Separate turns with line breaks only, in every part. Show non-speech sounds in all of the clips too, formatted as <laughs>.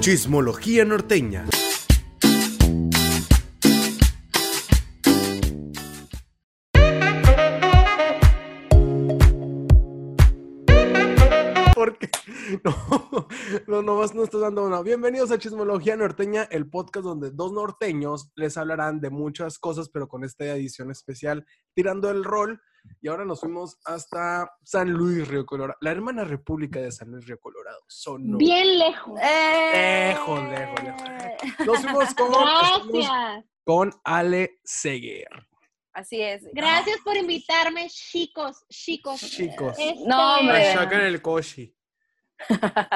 Chismología norteña.
Porque <laughs> no, no, nomás no estás dando una. Bienvenidos a Chismología Norteña, el podcast donde dos norteños les hablarán de muchas cosas, pero con esta edición especial, tirando el rol. Y ahora nos fuimos hasta San Luis Río Colorado, la hermana república de San Luis Río Colorado, Sonora.
Bien lejos.
Lejos, lejos,
Eh,
lejos. Nos fuimos con, estuvimos
Gracias.
con Ale Seguer.
Así es.
Gracias por invitarme, chicos, chicos.
Chicos.
Este,
No, hombre.
en el Koshi.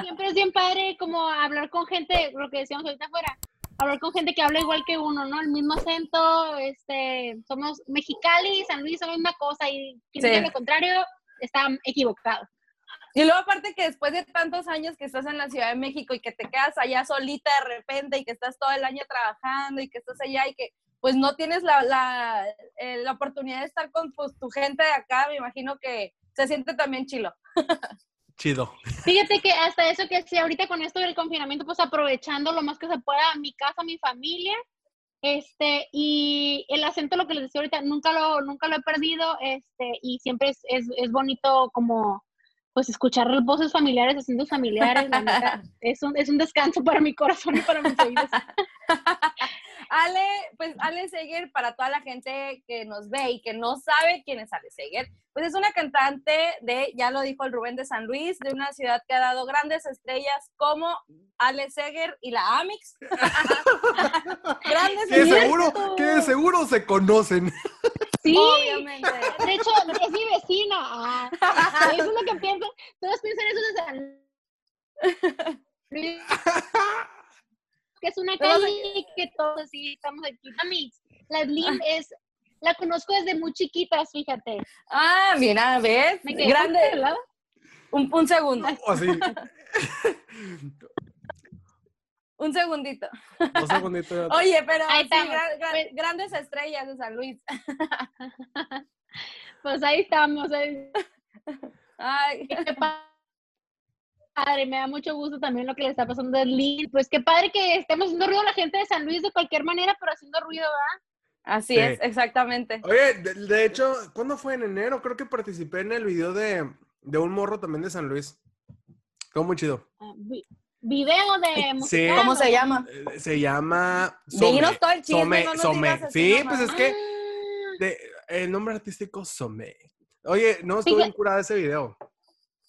Siempre es bien padre como hablar con gente, lo que decíamos ahorita afuera, hablar con gente que habla igual que uno, ¿no? El mismo acento, este, somos Mexicali, San Luis, son la misma cosa y quien
Sí.
diga lo contrario está equivocado.
Y luego aparte que después de tantos años que estás en la Ciudad de México y que te quedas allá solita de repente y que estás todo el año trabajando y que estás allá y que pues no tienes la, la, eh, la oportunidad de estar con pues, tu gente de acá, me imagino que se siente también chilo.
Chido.
Fíjate que hasta eso que sí, ahorita con esto del confinamiento, pues aprovechando lo más que se pueda mi casa, mi familia, este, y el acento, lo que les decía ahorita, nunca lo, nunca lo he perdido, este, y siempre es, es, es bonito como, pues, escuchar las voces familiares, acentos familiares, la neta, es un, es un descanso para mi corazón y para mis oídos.
Ale, pues Ale Seger, para toda la gente que nos ve y que no sabe quién es Ale Seger, pues es una cantante de, ya lo dijo el Rubén de San Luis, de una ciudad que ha dado grandes estrellas como Ale Seger y
<laughs>
la Amix. grandes
Que de
Sí,
estrellas.
seguro, que de seguro se
<laughs>
conocen.
Sí,
Obviamente.
de hecho, es mi vecina,
<laughs>
ah, eso es lo que piensan, todos piensan eso de San Luis. que es una
Todos
calle que todos así estamos aquí. Mami, la Slim es, la conozco desde muy chiquitas, fíjate.
Ah, mira, ¿ves?
Me quedé
Grande.
congelada.
Un, un segundo,
O así.
un segundito.
Dos segunditos.
Oye, pero
Ahí
sí,
estamos.
gran- gran-
Pues-
grandes estrellas de San Luis.
Pues ahí estamos. ahí-
Ay,
Qué <laughs> pa- padre, me da mucho gusto también lo que le está pasando a Slim. Pues qué padre que estemos haciendo ruido a la gente de San Luis de cualquier manera, pero haciendo ruido, ¿verdad?
así
Sí.
es, exactamente.
Oye, de, de hecho, ¿cuándo fue en enero? Creo que participé en el video de, de un morro también de San Luis. Estuvo muy chido.
Ah, vi- Video de musical,
¿Cómo
¿no?
se llama?
Eh, Se llama.
Dinos todo el chisme, no nos digas así
Sí,
nomás.
pues es que de- el nombre artístico Some. Oye, no, estuvo bien curada ese video.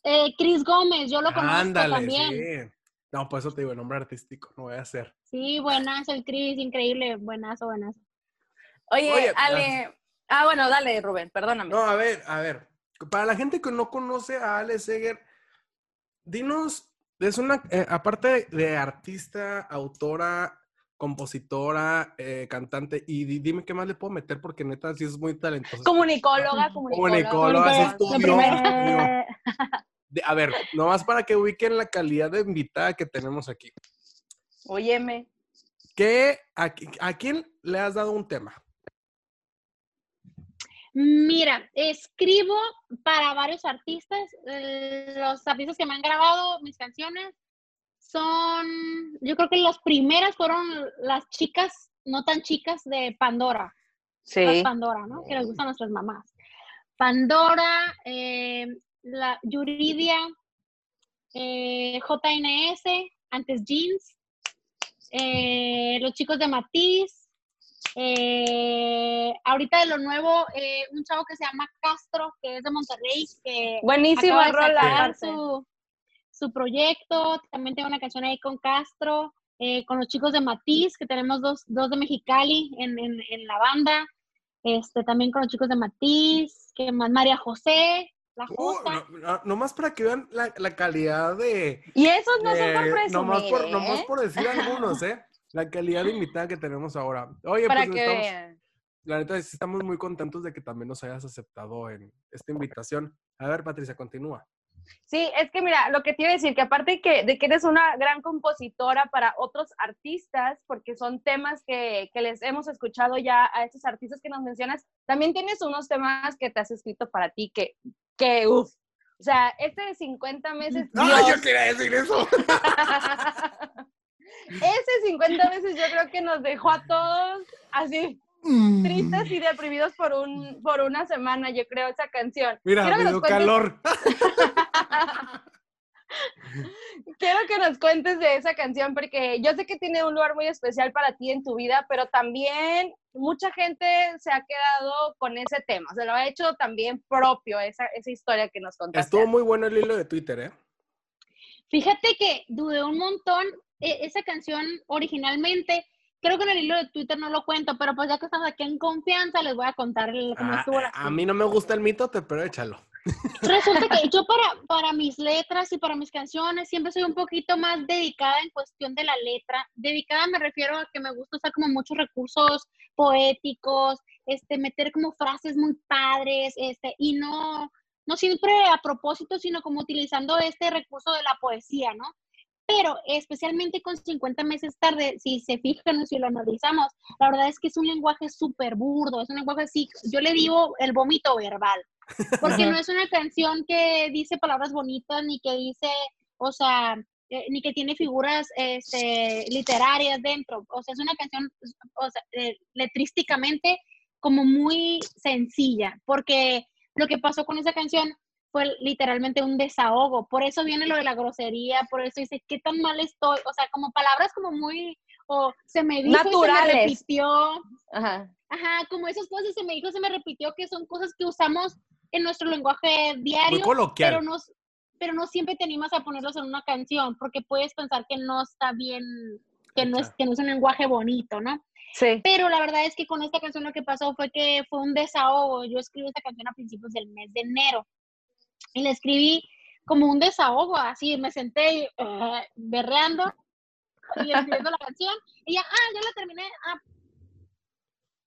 Eh, Cris Gómez, yo lo conozco
Ándale,
también.
sí. No, por eso te digo, el nombre artístico, no voy a hacer.
Sí, buenazo el Cris, increíble, buenazo, buenazo.
Oye,
Oye, pues
Ale. Ah, bueno, dale, Rubén, perdóname.
No, a ver, a ver. Para la gente que no conoce a Ale Seger, dinos, es una, eh, aparte de artista, autora, compositora, eh, cantante, y di- dime qué más le puedo meter porque neta sí es muy talentosa.
Comunicóloga, comunicóloga.
Comunicóloga,
sí
comunicóloga.
estudió,
La
estudió. De- a ver, nomás para que ubiquen la calidad de invitada que tenemos aquí.
Óyeme.
¿Qué, a, qui- a quién le has dado un tema?
Mira, escribo para varios artistas. eh, Los artistas que me han grabado mis canciones son, yo creo que las primeras fueron las chicas, no tan chicas, de Pandora. Las
Sí.
Pandora, ¿no? Que les gustan a nuestras mamás. Pandora, eh, la Yuridia, eh, JNS, antes Jeans, eh, los chicos de Matiz, eh, ahorita de lo nuevo, eh, un chavo que se llama Castro, que es de Monterrey, que
Buenísima
acaba de
rola.
sacar su, su proyecto, también tengo una canción ahí con Castro, eh, con los chicos de Matiz, que tenemos dos, dos de Mexicali en, en- en la banda, este, también con los chicos de Matiz, que más María José, la
Oh,
Justa.
no- no- nomás para que vean la, la calidad de,
Y esos no son por
Eh,
presumir,
nomás, por,
¿eh?
nomás por decir algunos, ¿eh? La calidad de invitada que tenemos ahora. Oye,
Para
pues
que
estamos-
vean.
la neta sí estamos muy contentos de que también nos hayas aceptado en esta invitación. A ver, Patricia, continúa.
Sí, es que mira, lo que te iba a decir, que aparte que, de que eres una gran compositora para otros artistas, porque son temas que, que les hemos escuchado ya a estos artistas que nos mencionas, también tienes unos temas que te has escrito para ti que, que uff. O sea, este de 50 meses.
¡Ah,
Dios.
yo quería decir eso!
<laughs> Ese 50 veces yo creo que nos dejó a todos así tristes y deprimidos por un por una semana, yo creo, esa canción.
Mira,
Quiero que
me dio
nos cuentes-
calor.
Quiero que nos cuentes de esa canción porque yo sé que tiene un lugar muy especial para ti en tu vida, pero también mucha gente se ha quedado con ese tema. Se lo ha hecho también propio esa, esa historia que nos contaste.
Estuvo muy bueno el hilo de Twitter, ¿eh?
Fíjate que dudé un montón. e- esa canción originalmente, creo que en el hilo de Twitter no lo cuento, pero pues ya que estamos aquí en confianza, les voy a contar el- cómo
Ah,
estuvo la
a mí no me gusta el mitote, pero échalo.
Resulta que yo para, para mis letras y para mis canciones siempre soy un poquito más dedicada en cuestión de la letra. Dedicada me refiero a que me gusta usar como muchos recursos poéticos, este, meter como frases muy padres, este, y no, no siempre a propósito, sino como utilizando este recurso de la poesía, ¿no? Pero especialmente con 50 meses tarde, si se fijan o si lo analizamos, la verdad es que es un lenguaje súper burdo, es un lenguaje así, yo le digo el vómito verbal porque no es una canción que dice palabras bonitas ni que dice, o sea, eh, ni que tiene figuras este, literarias dentro. O sea, es una canción, o sea, eh, letrísticamente como muy sencilla, porque lo que pasó con esa canción fue literalmente un desahogo. Por eso viene lo de la grosería, por eso dice, qué tan mal estoy. O sea, como palabras como muy, o se me dijo y se me
Naturales.
repitió.
Ajá.
Ajá, como esas cosas se me dijo, se me repitió que son cosas que usamos en nuestro lenguaje diario,
Muy coloquial.
pero no, pero no siempre te animas a ponerlos en una canción, porque puedes pensar que no está bien, que no es,
Claro.
que no es un lenguaje bonito, ¿no?
Sí.
Pero la verdad es que con esta canción lo que pasó fue que fue un desahogo. Yo escribí esta canción a principios del mes de enero y la escribí como un desahogo, así me senté y, ah, berreando y escribiendo la canción. Y ya, ah, ya la terminé. Ah,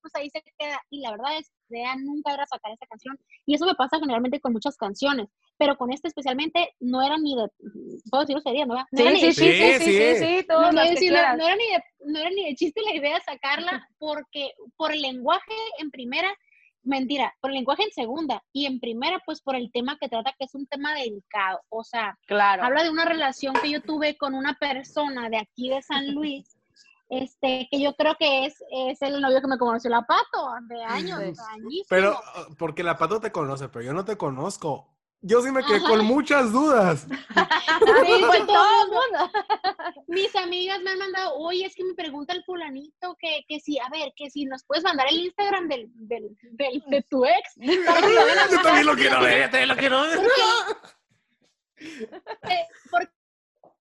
pues ahí se queda. Y la verdad es que la idea nunca era sacar esta canción. Y eso me pasa generalmente con muchas canciones. Pero con esta especialmente no era ni de. Puedo decir grosería, ¿no? No era
Sí,
ni de
sí, sí, sí, sí, sí,
sí.
no, no,
todas las
es
que
decir, no-
quieras.
no era ni de, no era ni de chiste la idea de
<laughs>
sacarla porque por el lenguaje en primera, mentira, por el lenguaje en segunda y en primera pues por el tema que trata que es un tema delicado, o sea,
Claro.
Habla de una relación que yo tuve con una persona de aquí de
<laughs>
San Luis, este, que yo creo que es, es el novio que me conoció la pato, de años,
Sí.
añísimos.
Pero, uh, porque la pato te conoce, pero yo no te conozco. Yo sí me quedé con
Ajá.
muchas
<laughs>
dudas.
Sí,
Pues
sí,
todo el
todo.
mundo.
<laughs> Mis amigas me han mandado, oye, es que me pregunta el fulanito que, que sí, a ver, que si nos puedes mandar el Instagram del, del, del- de tu ex.
Mm.
yo también lo quiero ver, yo también lo quiero ver.
Eh, porque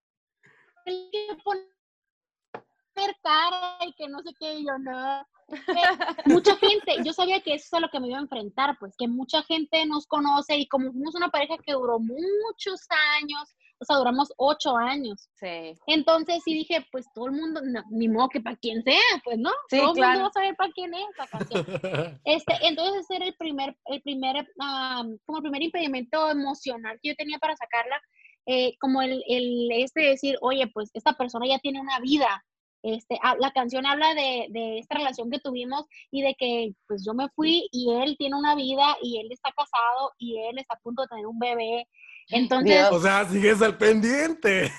el que poner cara y que no sé qué, y yo no. Eh, mucha gente, yo sabía que eso es a lo que me iba a enfrentar, pues que mucha gente nos conoce y como fuimos una pareja que duró muchos años, o sea, duramos ocho años.
Sí.
Entonces sí dije, pues todo el mundo, no, ni modo que para quien sea, pues no,
Sí,
todo el
claro.
mundo va a saber para quién es la
<laughs>
canción. Este, entonces ese era el primer, el primer, am, como el primer impedimento emocional que yo tenía para sacarla, eh, como el, el este de decir, oye, pues esta persona ya tiene una vida. Este, ah, la canción habla de, de esta relación que tuvimos y de que pues yo me fui y él tiene una vida y él está casado y él está a punto de tener un bebé. Entonces,
Dios.
O sea, sigues al pendiente.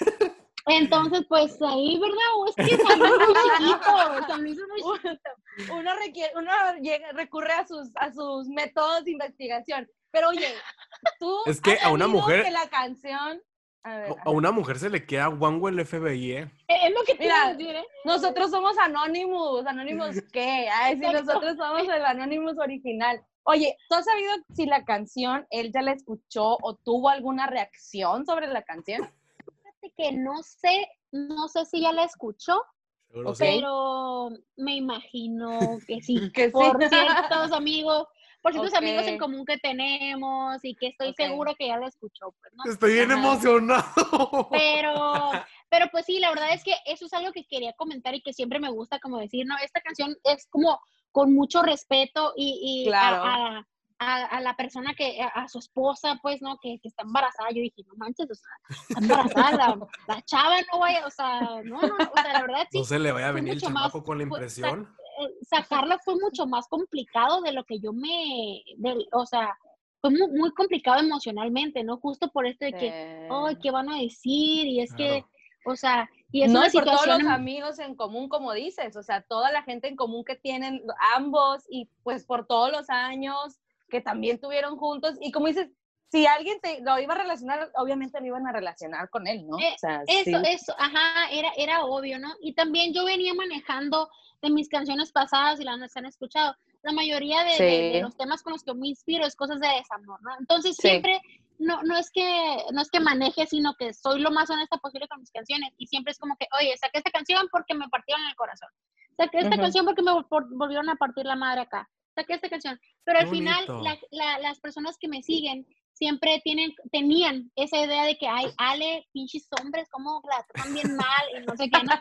entonces pues ahí, ¿verdad? O es que San Luis es muy chiquito, San Luis es muy chiquito.
<laughs> Uno, requiere, uno llega- recurre a sus, a sus métodos de investigación. Pero oye, tú.
Es que
has
a una
sabido
mujer-
que la canción. A ver,
A una mujer se le queda guango el FBI, ¿eh?
Eh, Es lo que te iba a
Mira,
decir, ¿eh?
Nosotros somos Anonymous. <laughs> ¿Anonymous qué? Ay, sí,
Exacto.
nosotros somos el Anonymous original. Oye, ¿tú has sabido si la canción él ya la escuchó o tuvo alguna reacción sobre la canción?
Fíjate que no sé, no sé si ya la escuchó,
Seguro
Ok.
sí.
pero me imagino que sí.
Que <laughs> sí.
Por ciertos amigos, por ciertos amigos en
Ok.
común que tenemos y que estoy
Ok.
segura que ya la escuchó, pues, ¿no?
Estoy bien
Ajá.
emocionado.
Pero, pero pues sí, la verdad es que eso es algo que quería comentar y que siempre me gusta como decir, no, esta canción es como con mucho respeto y, y a-
Claro.
a, a- a la persona que, a, a su esposa, pues, ¿no? Que, que está embarazada. Yo dije, no manches, o sea, está embarazada, la, la chava no vaya, o sea, no, no, no, o sea, la verdad sí,
No se le vaya a
fue
venir el
mucho más,
chamaco con la
fue-
impresión.
eh, sacarla fue mucho más complicado de lo que yo me, del- o sea, fue mu- muy, complicado
Eh,
emocionalmente, ¿no? Justo por esto de que, ay, ¿qué van a decir? Y es que
Claro.
o sea, Y es
no,
una
y por todos
situación
los amigos en común, como dices, o sea, toda la gente en común que tienen ambos y pues por todos los años que también tuvieron juntos y como dices, si alguien te lo iba a relacionar, obviamente lo iban a relacionar con él, ¿no?
Eh,
o sea, sí.
Eso, eso, ajá, era, era obvio, ¿no? Y también yo venía manejando de mis canciones pasadas y las han escuchado. La mayoría de, de- de
Sí.
los temas con los que me inspiro es cosas de desamor, ¿no? Entonces
Sí.
siempre, no, no es que, no es que maneje, sino que soy lo más honesta posible con mis canciones. Y siempre es como que, oye, saqué esta canción porque me partieron el corazón. Saqué esta
Ujú.
canción porque me vol- por- volvieron a partir la madre acá. Saqué esta canción. Pero
Qué
al final,
bonito.
la- la- las personas que me siguen siempre tienen, tenían esa idea de que, ay, Ale, pinches hombres, cómo la tratan bien mal y no sé qué,
<laughs>
¿no?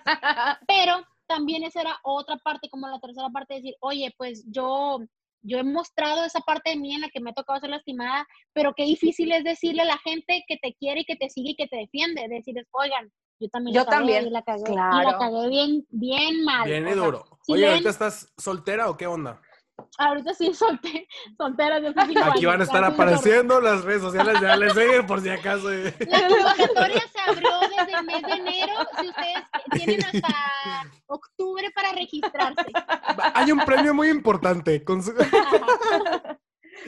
Pero también esa era otra parte, como la tercera parte, de decir, oye, pues yo, yo he mostrado esa parte de mí en la que me ha tocado ser lastimada, pero qué difícil es decirle a la gente que te quiere y que te sigue y que te defiende, decirles, oigan, yo también la
<laughs> Yo
cagué
también,
y la cagué, y la
claro.
cagué bien, bien mal.
Viene
o sea,
duro.
si
Oye,
ven-
¿ahorita estás soltera o qué onda?
ahorita sí <laughs> solté, solteras de esos cinco
Aquí
años,
van a
ya
estar
soy soltera.
apareciendo las redes sociales de Ale Seger, por si acaso. eh.
La convocatoria se abrió desde el mes de enero. Si ustedes tienen hasta octubre para registrarse.
Hay un premio muy importante. con
<laughs>
su-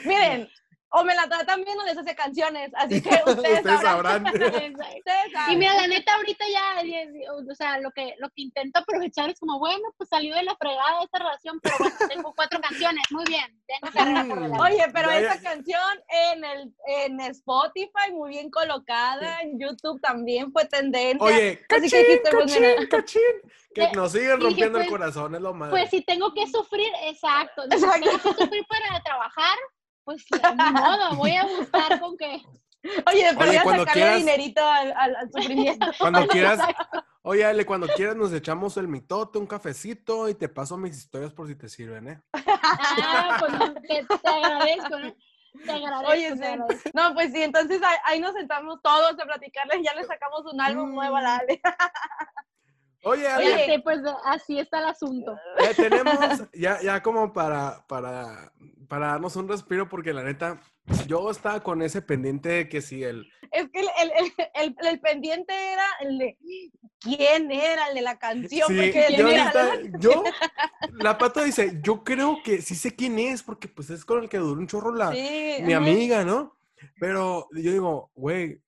Miren, o me la tratan bien o les hace canciones,
<laughs>
así que ustedes,
Ustedes sabrán.
<laughs> Ustedes
Y
saben.
mira, la neta, ahorita ya, eh, o sea, lo que, lo que intento aprovechar es como, bueno, pues salió de la fregada esta relación, pero bueno, tengo cuatro canciones, muy bien, tengo carrera
Mm.
por delante.
Oye, pero
Ya, ya.
esa canción en el en Spotify muy bien colocada, en YouTube también fue tendencia.
Oye,
Así que
cachín,
dijiste, pues,
cachín,
mira.
cachín. Que
Eh,
nos siguen
dije,
rompiendo el
pues,
corazón, es lo más.
Pues si tengo que sufrir, exacto. Si
Exacto.
tengo que sufrir para trabajar, pues ni modo, voy a buscar con que.
<laughs> Oye, pero
Oye,
ya
cuando
sacarle
quieras-
dinerito al, al, al sufrimiento.
<laughs>
<laughs>
Cuando quieras, oye Ale, cuando quieras nos echamos el mitote, un cafecito y te paso mis historias por si te sirven, ¿eh?
Ah, pues no, te, te agradezco, ¿no? Te agradezco.
Oye,
te
sí.
agradezco.
No, pues sí, entonces ahí, ahí nos sentamos todos a platicarles, ya le sacamos un álbum
Mm.
nuevo a la Ale. <laughs>
Oye Ale,
Fíjate, pues así está el asunto.
ya tenemos, ya, ya como para, para, para darnos un respiro, porque la neta, yo estaba con ese pendiente de que si el,
Es que el, el, el- el- el pendiente era el de quién era el de la canción,
Sí,
porque el
yo,
de la-
ahorita- yo, la pata dice, yo creo que sí sé quién es, porque pues es con el que duró un chorro la,
Sí,
mi
ajá.
amiga, ¿no? Pero yo digo, güey,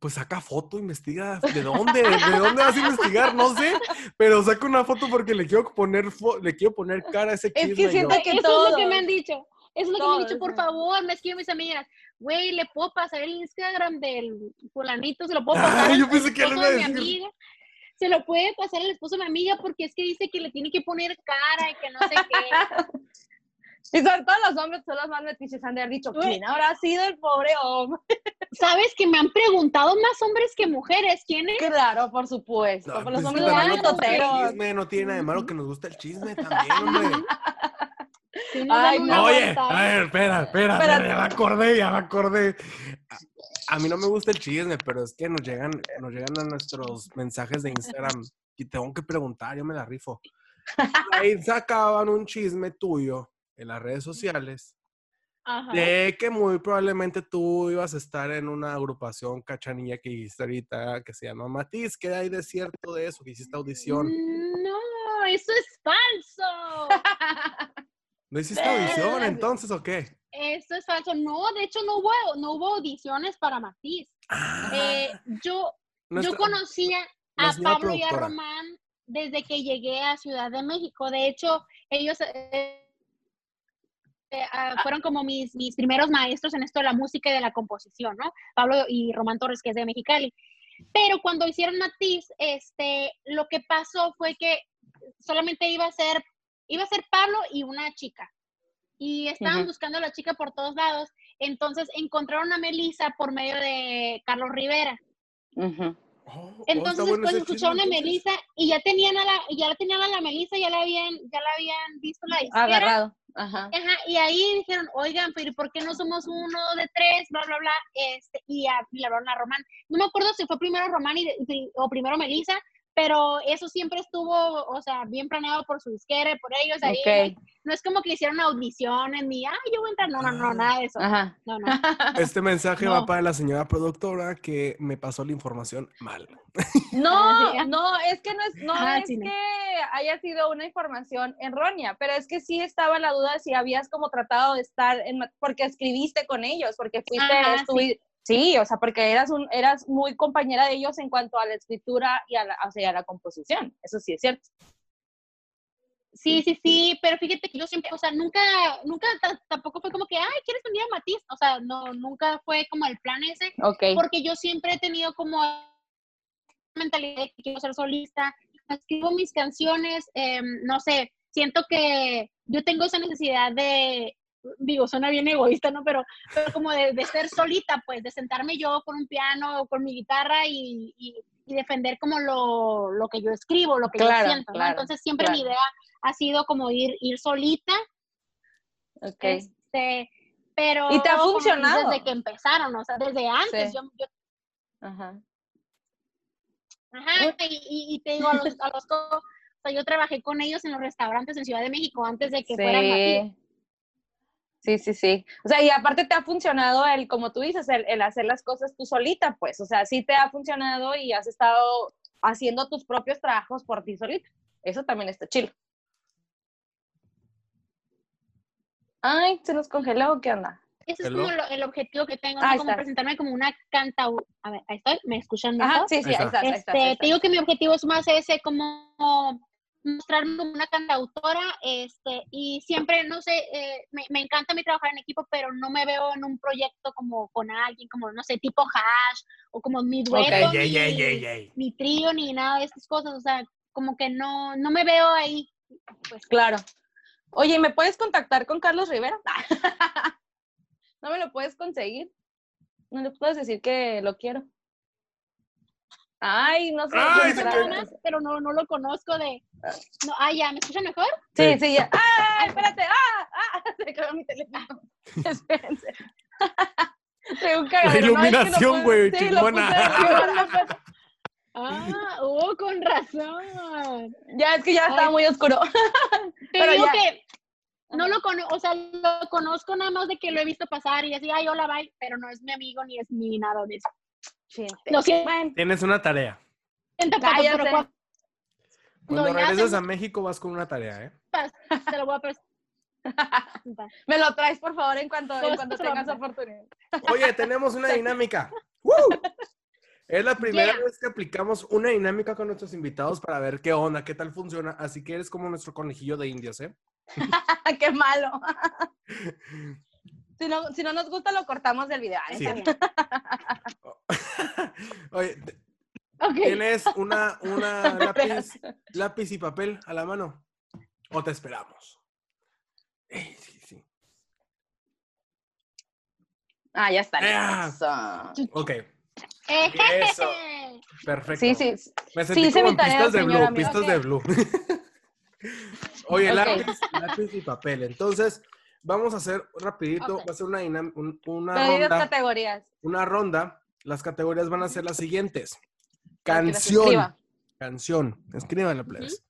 pues saca foto, investiga, ¿de dónde? ¿De dónde vas a investigar? No sé, pero saca una foto porque le quiero poner, fo- le quiero poner cara a ese
Es que
chisme. yo.
siento-
eso
que
es lo que
todos.
me han dicho. Eso es lo que me han dicho,
Todos,
por
ajá.
favor, me escriben mis amigas. Güey, le puedo pasar el Instagram del fulanito, se lo puedo pasar
Ay,
al
yo pensé que le
esposo
iba a
de mi
decir.
amiga. Se lo puede pasar al esposo de mi amiga porque es que dice que le tiene que poner cara y que no sé
<laughs>
qué.
Y sobre todo los hombres son los más metiches, han de haber dicho,
Güey.
¿quién habrá sido el pobre hombre?
Sabes que me han preguntado más hombres que mujeres. ¿Quién es?
Claro, por supuesto,
No,
por los
pues,
hombres
que
son
también
no
más
nos gusta el
mitoteros.
chisme, no tiene nada de malo que nos gusta el chisme
<laughs>
también, hombre.
Sí nos dan
Ay,
una
no.
Oye,
vuelta,
a
¿eh?
ver, espera, espera,
Espérate.
ya me acordé, ya me acordé. A, a mí no me gusta el chisme, pero es que nos llegan, nos llegan a nuestros mensajes de Instagram y tengo que preguntar, yo me la rifo. Ahí sacaban un chisme tuyo en las redes sociales
Ajá.
de que muy probablemente tú ibas a estar en una agrupación cachanilla que hiciste ahorita que se llama Matiz, que hay de cierto de eso, que hiciste audición.
Mm, No, eso es falso.
¿No hiciste
Verga.
audición entonces o qué?
Eso es falso. No, de hecho no hubo, no hubo audiciones para Matiz. Eh, yo, yo
Nuestra-
conocía a
nuestra
Pablo y a
productora.
Román desde que llegué a Ciudad de México. De hecho, ellos eh, eh, ah, fueron como mis, mis primeros maestros en esto de la música y de la composición, ¿no? Pablo y Román Torres, que es de Mexicali. Pero cuando hicieron Matiz, este, lo que pasó fue que solamente iba a ser, iba a ser Pablo y una chica. Y estaban
Ujú.
buscando a la chica por todos lados. Entonces encontraron a Melissa por medio de Carlos Rivera.
Oh, oh, está
Entonces pues,
bueno
cuando
ese chisme,
escucharon a
entonces.
Melissa y ya tenían a la, ya la tenían a la Melissa, ya la habían, ya la habían visto la disquera.
Agarrado. Ajá.
Ajá, y ahí dijeron, oigan, pero ¿por qué no somos uno de tres? Bla, bla, bla. Este, y, a, y le hablaron a Román. No me acuerdo si fue primero Román y, de- y- o primero Melissa, pero eso siempre estuvo, o sea, bien planeado por su disquera, y por ellos ahí.
Ok.
No es como que hicieron audiciones ni, ay, yo voy a entrar, no, no,
Ah.
no, nada de eso.
Ajá.
No, no.
Este mensaje
No.
va para la señora productora que me pasó la información mal.
No,
<laughs>
Ajá.
no, es que no es, no
Ajá,
es
sí, no.
que haya sido una información errónea, pero es que sí estaba la duda de si habías como tratado de estar en, ma- porque escribiste con ellos, porque fuiste,
Ajá,
estuvi- sí. o sea, porque eras un, eras muy compañera de ellos en cuanto a la escritura y a la, o sea, y a la composición, eso sí es cierto.
Sí, sí, sí, pero fíjate que yo siempre, o sea, nunca, nunca ta- tampoco fue como que, ay, ¿quieres venir a Matiz? O sea, no, nunca fue como el plan ese,
Ok,
porque yo siempre he tenido como mentalidad de que quiero ser solista, escribo mis canciones, em, no sé, siento que yo tengo esa necesidad de, digo, suena bien egoísta, ¿no? Pero, pero como de, de ser solita, pues, de sentarme yo con un piano o con mi guitarra y, y- y defender como lo, lo que yo escribo, lo que
Claro,
yo siento, ¿no?
claro,
Entonces siempre mi
claro.
idea ha sido como ir, ir solita,
ok.
este, pero...
¿Y te ha
como dices,
funcionado?
Desde que empezaron, o sea, desde antes,
Sí.
yo- yo
Ajá.
Ajá, y, y- y te digo, a
<laughs>
los, a los co- o sea, yo trabajé con ellos en los restaurantes en Ciudad de México antes de que fueran aquí.
Sí. Sí, sí, sí. O sea, y aparte te ha funcionado el, como tú dices, el, el hacer las cosas tú solita, pues. O sea, sí te ha funcionado y has estado haciendo tus propios trabajos por ti solita. Eso también está chido. Ay, se nos congeló, ¿qué onda?
Ese es
Hello.
como lo- el objetivo que tengo, ¿no?
Ahí
como
está.
presentarme como una canta... A ver, ahí estoy, ¿me escuchan mejor?
Ajá, sí, sí,
Ahí
ahí
está.
estás, ahí estás, ahí
Este,
estás.
te digo que mi objetivo es más ese, como mostrarme como una cantautora, este, y siempre, no sé, eh, me, me encanta mi trabajar en equipo, pero no me veo en un proyecto como con alguien, como, no sé, tipo hash, o como mi dueto,
Ok.
ni- ni trío, ni nada de esas cosas, o sea, como que no, no me veo ahí. Pues,
Claro. Oye, ¿y ¿me puedes contactar con Carlos Rivera? <laughs> ¿No me lo puedes conseguir? ¿No le puedes decir que lo quiero? Ay, no sé.
Ay,
¿quién
se
Pero
será?
quedó.
nada más, pero no, no lo conozco de... No, ah, ya, ¿me escuchan mejor?
Sí, sí, ya. ¡Ay, espérate! ¡Ah! ¡Ah! <laughs> Se cagó mi teléfono.
<laughs>
Espérense. <laughs> Traigo un cagadero, ¿no? Es que lo
iluminación,
puse-
güey,
sí, lo puse
chingona.
de regalo, pues. <laughs>
Ah, oh, con razón.
Ya, es que ya estaba
Ay.
muy oscuro.
Te
Pero
digo
ya.
que no lo conozco, o sea, lo conozco nada más de que lo he visto pasar y así, ay, hola, bye, pero no es mi amigo ni es ni nada de eso. Lo siento,
Bueno,
Tienes una tarea.
Paco,
Ah, ya
pero
sé. <laughs>
cuando
Cuando
ya
regreses
se-
a México vas con una tarea, ¿eh?
<laughs> te lo voy a
<laughs>
presentar.
me lo traes, por favor, en cuanto, en
Todo
cuanto
esto lo
tengas
vamos
oportunidad.
Oye, tenemos una dinámica. ¡Woo! Es la primera
Yeah.
vez que aplicamos una dinámica con nuestros invitados para ver qué onda, qué tal funciona. Así que eres como nuestro conejillo de indias, ¿eh?
<laughs> ¡Qué malo! Si no, si no nos gusta, lo cortamos del video. ¿eh?
Sí. Oye, t-
Ok,
¿tienes una,
<laughs>
una lápiz, lápiz y papel a la mano? ¿O te esperamos? Eh, sí, sí.
Ah, ya está.
Ah.
listo.
Ok,
Ejeje.
Eso. perfecto.
Sí, sí. sí.
Me sentí
hice
como
mi
en
tarea,
pistas de blue,
señora, amiga.
pistas
Ok.
de blue. <laughs> Oye,
Ok.
lápiz, lápiz y papel. Entonces, vamos a hacer rapidito,
Ok.
va a ser una, dinam- un- una
Pero hay dos
ronda.
categorías.
Una ronda. Las categorías van a ser las siguientes.
para que las
Canción.
escriba.
Canción. Escríbanla, please.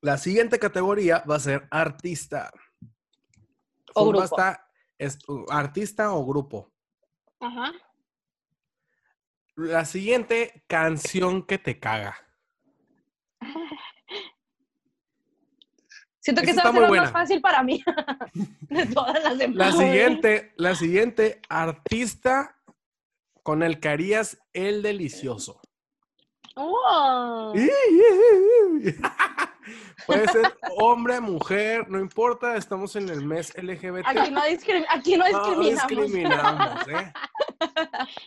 La siguiente categoría va a ser artista.
O
Zumba
grupo.
está- es, uh, artista o grupo.
Ajá.
La siguiente canción que te caga.
Siento que
Esa
esa va
está
a ser
muy
la más
buena.
fácil para mí. <laughs> de todas las demás.
La
<laughs>
siguiente, la siguiente artista con el que harías el
<laughs>
delicioso.
Oh.
Puede ser hombre, mujer, no importa, estamos en el mes LGBT.
Aquí no, discrimi- aquí no
No
discriminamos.
discriminamos, ¿eh?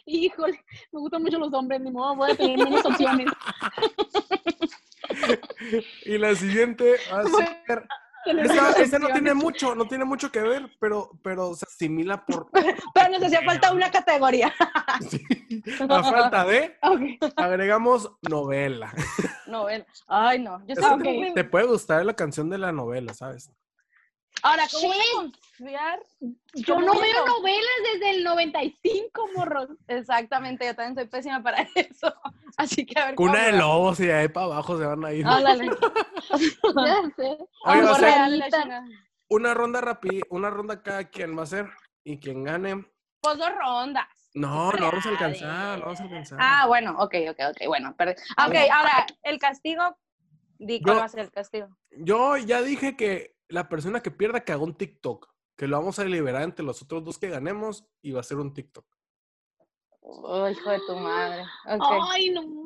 Híjole, me gustan mucho los hombres, ni modo, voy a tener menos opciones.
Y la siguiente va a ser. <laughs>
Tener
Esa,
menos
esa no tiene
opciones.
mucho, no tiene mucho que ver, pero, pero se asimila por
Pero nos hacía falta una categoría. <laughs>
la falta de.
Ok.
Agregamos novela.
Novela. Ay, no. Yo
Eso
soy
te-
muy-
Te puede gustar la canción de la novela, ¿sabes?
Ahora, ¿cómo voy
Shit.
a confiar?
Yo
¿Cómo
no
veo?
veo novelas desde el
<laughs>
95, morros.
Exactamente, yo también soy pésima para <laughs> eso. Así que a ver.
Cuna
cómo
de
va.
lobos y de ahí para abajo se van a ir.
Ándale.
Ya sé.
Oye, va a
Amor
ser-
real, la
Ahorita.
chingada.
Una ronda rápida, una ronda cada quien va a ser. Y quien gane.
Pues dos rondas.
No, no vamos a alcanzar,
Chale.
no vamos a alcanzar.
Ah, bueno, ok, ok, ok, bueno, perdón. Ah, Ok,
Bueno.
ahora, el castigo, di cuál
Yo-
va a ser el castigo.
Yo ya dije que la persona que pierda que haga un TikTok. Que lo vamos a liberar entre los otros dos que ganemos y va a ser un TikTok.
Oh, hijo de tu madre. Ok.
Ay, no.
<laughs>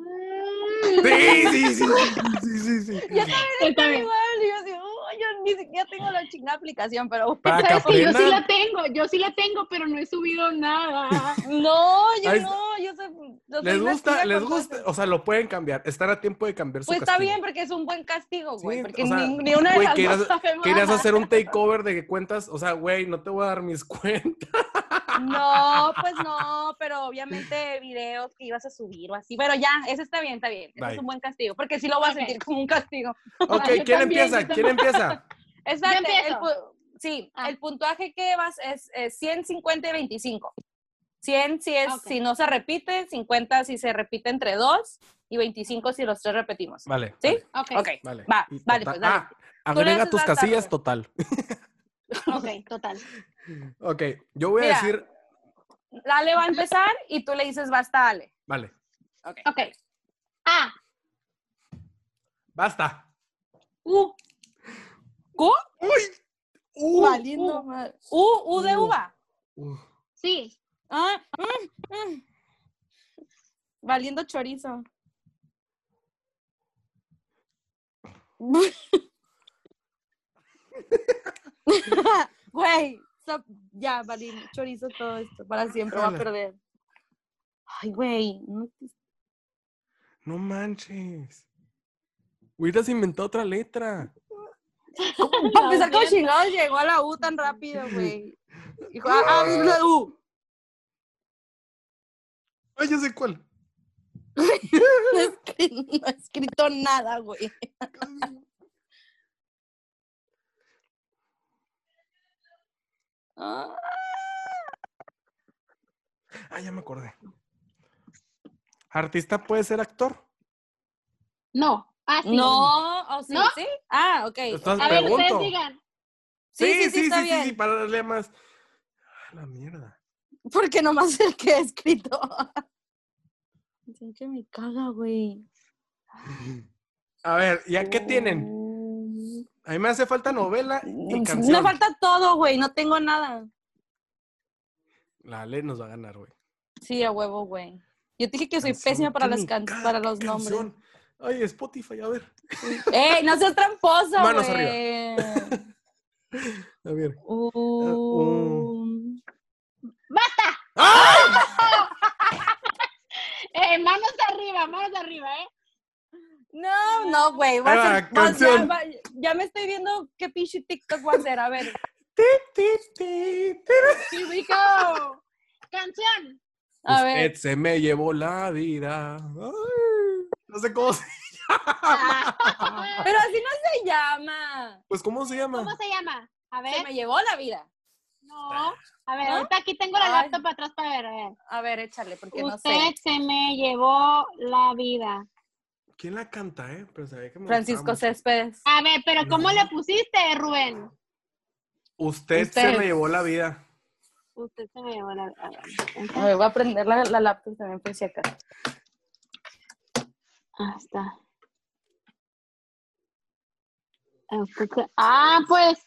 Sí, sí, sí, sí, sí, sí, sí.
Ya sabes,
Yo
está
también.
igual. y yo así, oh, yo ni siquiera tengo la chingada aplicación, pero bueno.
Para que
Sabes que yo sí
aprendan.
la tengo, yo sí la tengo, pero no he subido
<laughs>
nada.
No, yo
Ahí-
no, yo soy. yo soy
Les
una
gusta,
tía
les
con
gusta.
cosas.
O sea, lo pueden cambiar. Están a tiempo de cambiar su
Pues está
castigo.
bien, porque es un buen castigo, güey.
Sí,
porque
o sea,
ni, ni una de
güey,
las
querías-
dos <laughs> sabemos.
Querías hacer un takeover de que cuentas, o sea, güey, no te voy a dar mis <laughs>
<laughs>
cuentas.
No, pues no, pero obviamente videos que ibas a subir o así. Pero ya, eso está bien, está bien. Eso es
Bye.
un buen castigo, porque sí lo voy a
Ok.
sentir como un castigo.
Ok,
yo
¿quién
también,
empieza?
yo
<laughs>
¿Quién empieza?
Exacto.
empiezo?
el pu- sí,
Ah.
el puntuaje que vas es, eh, 100, 50 y 25. 100 si, es,
Ok.
si no se repite, 50 si se repite entre dos y 25 si los tres repetimos.
Vale.
¿Sí?
vale,
Ok,
Ok,
Vale.
va,
Y total-
vale, pues dale.
Ah, agrega
haces
tus
más
casillas
tarde.
total. <laughs>
ok, total.
Ok, yo voy a
Mira.
decir,
Dale va a empezar y tú le dices basta, Ale.
vale,
Ok.
Ok. Ah, A,
basta.
U,
¿Cu?
Uh,
Valiendo madre. U, U de
Uh.
uva.
uh,
sí,
Ah, mm, mm. Valiendo chorizo. Güey, so- ya, valí chorizo todo esto para siempre, va a
Híjole.
perder. Ay, güey. <laughs> no te-
no manches. Hubieras inventado otra letra.
Para
Dios
empezar, como
mío.
chingado llegó a la U tan rápido, güey. Dijo, ah, ah, es la U.
Ay, ya sé cuál.
<laughs> No he escri- no he escrito nada, güey. Ah.
Ah, ya me acordé. ¿Artista puede ser actor?
no. Ah, sí.
No, o sí,
¿No?
sí. Ah, ok.
Estás-
A ver,
Pregunto.
ustedes digan.
Sí, sí, sí, está bien.
para darle más. Ah, la mierda.
Porque nomás el que he escrito. Dicen que me caga, güey.
A ver, ¿ya qué tienen?
Mm,
A mí me hace falta novela y canción.
No falta todo, güey. No tengo nada.
La ley nos va a ganar, güey.
Sí, a huevo, güey. Yo te dije que soy
Canción,
pésima para,
¿qué
las
ni
can-
ca-
para
qué
los nombres.
canción? Ay, Spotify, a ver.
¡Ey, no seas tramposa,
Manos
güey!
A ver. oh.
Um,
¡Ah!
Eh, manos arriba, manos arriba, ¿eh?
No, no, güey. va a
Ahí va,
ser- va- ya,
Ah, canción.
va- ya me estoy viendo qué pinche TikTok va a hacer. A ver.
Ti, ti, ti, ti.
Here we go.
<laughs>
Canción.
A
Usted
ver.
se me llevó la vida. Ay, no sé cómo se llama.
Ah,
Pero así no se llama.
Pues, ¿cómo se llama?
¿Cómo se llama? A
Se
ver.
me llevó la vida.
No. A ver,
¿No?
ahorita aquí tengo la
Ay.
laptop atrás para ver. A ver.
A ver, échale, porque no
Usted
sé.
se me llevó la vida.
¿Quién la canta, eh? Pero sabía que me
Francisco
gustaba mucho.
Céspedes.
A ver, pero
Mm.
¿cómo le pusiste, Rubén?
Usted, se
Usted.
me llevó la vida.
Usted se me llevó la vida. A ver,
A ver, voy a prender la, la laptop también pues, por si acaso.
Ah, está. Ah, usted se- Ah, pues.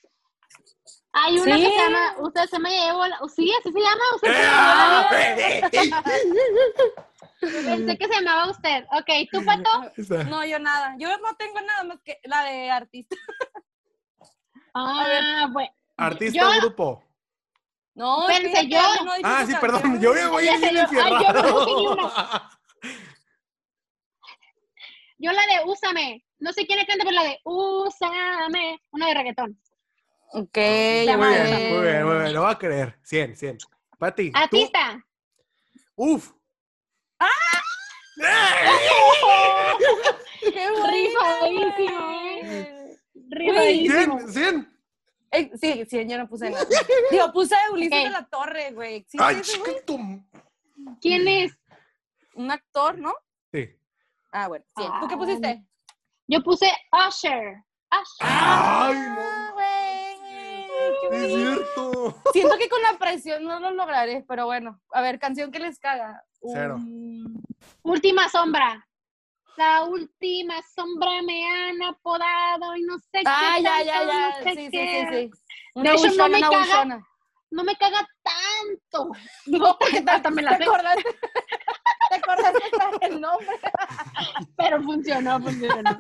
Hay una que
Sí.
se llama. Usted se me llevó la. Sí, así se llama. Usted se me llevó la
¡Ah!
vida.
Ahí
<laughs> Pensé que se llamaba usted. Ok, ¿tú, Pato?
está.
No, yo nada. Yo no tengo nada más que la de artista.
Ah, bueno.
Artista
Yo-
grupo.
No,
Espérense,
fíjate,
yo-
no dije
Ah,
tu
sí,
canción.
perdón. Yo ya voy a
Ya
ir
sé, yo- ay, yo no puse ni
enfierrado. <laughs>
una. Yo la de Úsame. No sé quién la canta, pero la de Úsame. Una de reggaetón.
Ok,
Ya
ya
Muy
me
madre.
bien, muy bien, muy bien. Lo va a creer. 100, 100. Pati. tú-
Artista.
Uf.
¡Ah!
Qué buena,
Rifadísimo,
güey.
Rifadísimo.
100, 100.
Eh, sí, sí, yo no puse nada. Digo, puse a Ulises
Ok.
de la Torre, güey. ¿Existe
Ay,
ese, güey?
chiquitum.
¿Quién es?
Un actor, ¿no?
Sí.
Ah, bueno. Sí. ¿Tú qué pusiste?
Yo puse Usher. Usher.
Ay,
Ah,
no.
güey. qué
Es
bonito.
cierto.
Siento que con la presión no lo lograré, pero bueno. A ver, canción que les caga.
Cero.
Um,
Última sombra. La última sombra me han apodado y no sé qué.
Ah, ya, ya,
tanto,
ya.
no sé
Sí, sí,
qué.
sí, sí.
De
Una
hecho, no
buchona,
me
una
caga.
buchona.
No me caga tanto. Digo, porque tanto me la
¿Te
sé,
acordaste? ¿Te acordaste hasta el nombre?
pero funcionó, funcionó.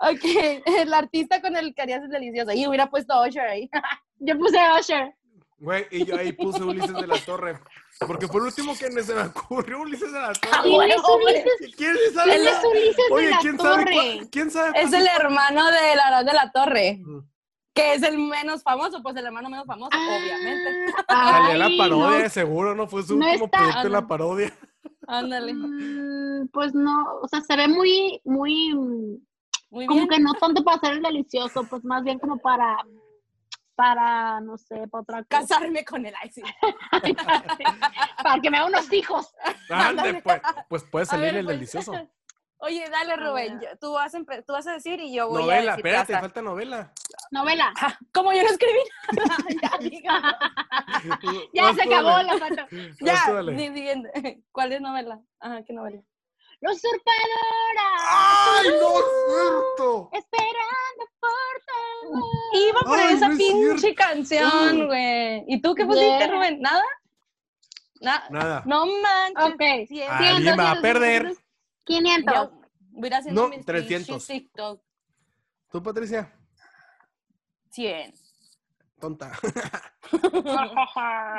Ok, el artista con el que harías el delicioso. Y hubiera puesto Usher ahí.
Yo puse Usher.
Güey, y yo ahí puse Ulises de la Torre. Porque fue el último que se me ocurrió Ulises de la Torre.
¿Quién es
Ah, bueno, güey.
Ulises?
¿Quién es esa-
¿Quién es Ulises
Oye,
de la
¿quién sabe,
Torre?
cuál- ¿quién sabe
Es el hermano de la de la Torre,
Ujú.
que es el menos famoso, pues el hermano menos famoso,
Ah,
obviamente.
Salió
ay,
en la parodia,
no.
seguro, ¿no? Fue su
No
último
está-
proyecto en
Ah,
la
no.
parodia.
Ándale.
Mm, Pues no, o sea, se ve muy, muy, mm,
Muy
como
bien.
que no tanto para hacer el delicioso, pues más bien como para, para, no sé, para otra cosa.
Casarme con el IC.
<laughs> para que me haga unos hijos.
Ande, pues, pues puede salir
ver,
el
pues.
<laughs>
delicioso.
<laughs> Oye, dale, Rubén. yo- Tú vas, a empe- tú vas a decir y yo voy
Novela,
a decir. ya
espérate,
está.
falta novela.
Novela.
<laughs> Ah, Como yo no escribí
<laughs>
nada. ya, <laughs> diga.
Ah, Ya
Vas
se
tú,
acabó
dale.
la foto.
Vas Pues tú,
ya.
dale.
di- siguiente. <laughs> ¿Cuál es novela? Ajá, ¿qué novela?
La Usurpadora.
¡Ay, no es cierto!
Esperando por favor.
Iba a poner
Ay,
esa
no es
pinche
cierto.
canción, güey. ¿Y tú qué pusiste,
Yeah.
Rubén? ¿Nada? Na-
Nada.
No manches.
Ok.
Sí, es-
Ah, Alguien va a perder.
500.
Yo voy a ir haciendo
No,
mis
300.
pinches TikTok.
Tú, Patricia,
100.
tonta.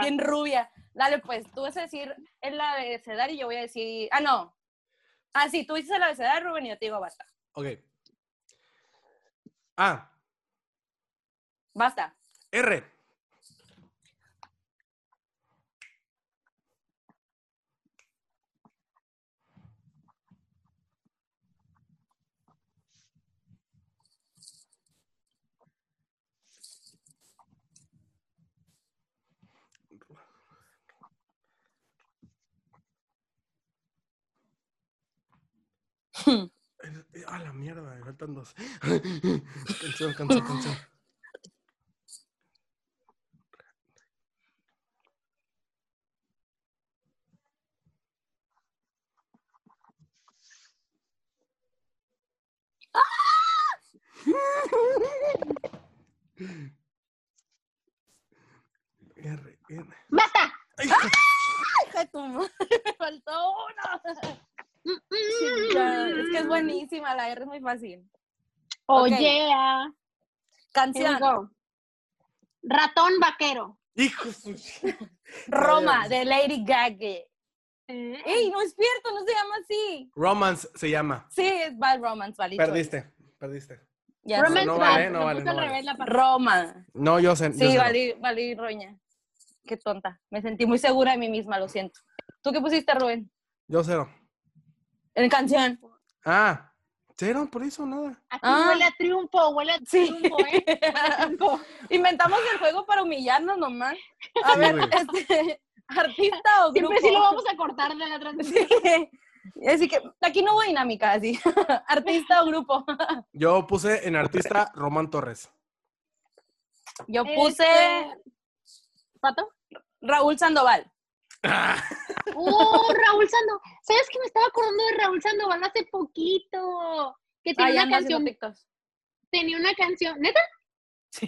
Bien rubia. Dale, pues, tú vas a decir el abecedario y yo voy a decir... Ah, no. Ah, sí, tú dices el abecedario, Rubén, y yo te digo basta.
Ok. A,
Basta.
R. eh, A la mierda, me faltan dos. <laughs> Canción, canción, canción. R, R.
<laughs> Basta.
Ay,
Hija de tu madre, me faltó una. Chingada, Es que es buenísima, la R es muy fácil.
Oye,
Ok.
Oh, here we
Canción,
go. Ratón vaquero.
Hijo de su-
Roma, de Lady Gaga.
Eh,
¡Ey, no es cierto! No se llama así.
Romance se llama.
Sí, es Bad Romance, valito.
Perdiste, perdiste.
Ya
Romance
sé.
no
Band,
vale, no
lo
vale,
puse
no
al
vale.
revés la palabra.
Roma.
No, yo sé. yo
Sí,
sé.
valí, valí roña. Qué tonta. Me sentí muy segura de mí misma, lo siento. ¿Tú qué pusiste, Rubén?
Yo cero.
En canción.
Ah, cero, por eso nada.
Aquí
Ah.
huele a triunfo, huele a
Sí.
triunfo, ¿eh? Huele
<laughs>
a triunfo.
Inventamos el juego para humillarnos nomás. A
Sí,
ver,
güey.
este, artista o grupo.
Siempre sí lo vamos a cortar de la transmisión.
Sí. Así que aquí no hubo dinámica, así. <laughs> Artista o grupo.
Yo puse en artista Román Torres.
Yo puse
Este, ¿Pato?
Raúl Sandoval.
¡Uh, Raúl Sandoval! ¿Sabes que me estaba acordando de Raúl Sandoval hace poquito? Que tenía
Ahí
una
anda Ah, haciendo
canción,
TikToks.
tenía una canción, neta,
Sí.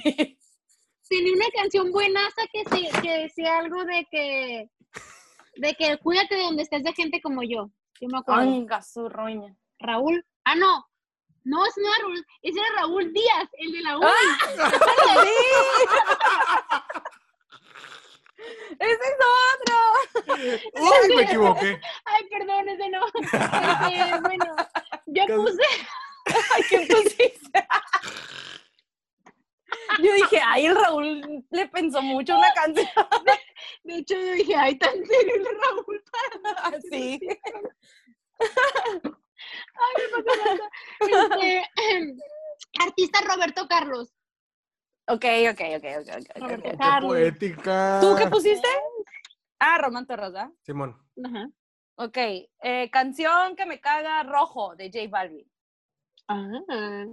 tenía una canción buenaza que, se, que decía algo de que, de que cuídate de donde estés de gente como yo. Yo me acuerdo.
Anga su roña.
Raúl. Ah, no. No, ese no era Raúl. Ese era Raúl Díaz, el de la U.
¡Ah!
<laughs>
¡Ese es
¡Uy, me equivoqué!
Ay, perdón, ese no. Este, bueno, yo
<laughs>
Casi-
puse,
otro! ¿Qué
<laughs>
pusiste? Yo dije, ay, el Raúl le pensó mucho una canción.
de hecho, yo dije, ay, tan serio el Raúl.
<laughs> Sí.
Ay, me pasó nada. Este, artista Roberto Carlos.
Ok, ok, ok, ok, ok, ok.
Qué
ok.
Carlos.
poética.
¿Tú qué pusiste? Ah, Román Torres, ¿verdad?
Simón.
Ajá.
Ok, eh, canción que me caga rojo de J Balvin.
Ah.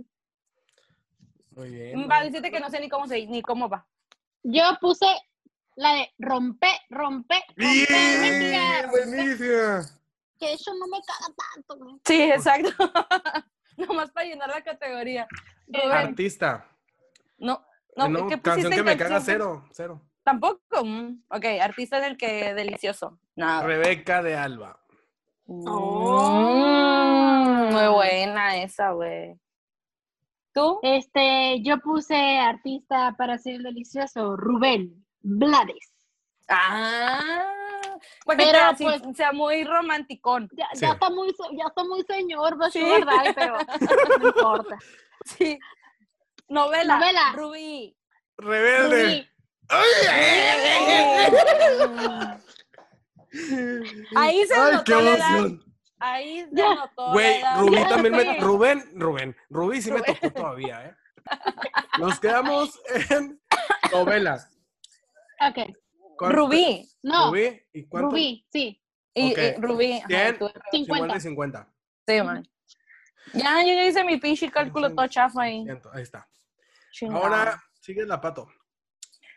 Muy bien.
Va a decirte Mm, que no sé ni cómo se ni cómo va.
Yo puse la de rompe, rompe, rompe,
Bien, buenísima.
que eso no me caga tanto, güey.
Sí, exacto. <laughs> Nomás para llenar la categoría. Rubén,
Artista.
no, no,
no,
¿qué
canción
pusiste
que
en
me caga
canción?
cero, cero.
Tampoco. Mm, Ok, artista en el que delicioso. Nada.
Rebeca de Alba.
Mm, muy buena esa, güey. ¿Tú?
Este, yo puse artista para ser delicioso, Rubén Blades.
Ah. Porque
Pero,
así
pues-
sea muy romanticón. <laughs>
Ya,
Sí.
ya está muy, se- ya está muy señor, va a ser
Sí.
verdad, pero no importa.
Sí. Novela.
Novela.
<laughs>
Rubí.
Rebelde.
Rubí.
Ahí se
Ay,
notó
qué
la edad.
emoción.
Ahí se
Ya.
notó.
Güey,
la edad.
Rubí también me.
<laughs> Sí.
Rubén, Rubén. Rubí sí me
Rubén.
tocó todavía, ¿eh? Nos quedamos en novela.
Ok,
¿Cuánto-
Rubí.
no, Rubí,
Rubí. ¿Y cuánto?
sí.
Y,
Ok.
y Rubí. ajá,
Bien.
tú-
50
50.
y 50.
Sí, man. Ya, yo ya hice mi pinche cálculo todo chafa ahí.
Ciento, Ahí está.
Chingado.
Ahora sigue la pato.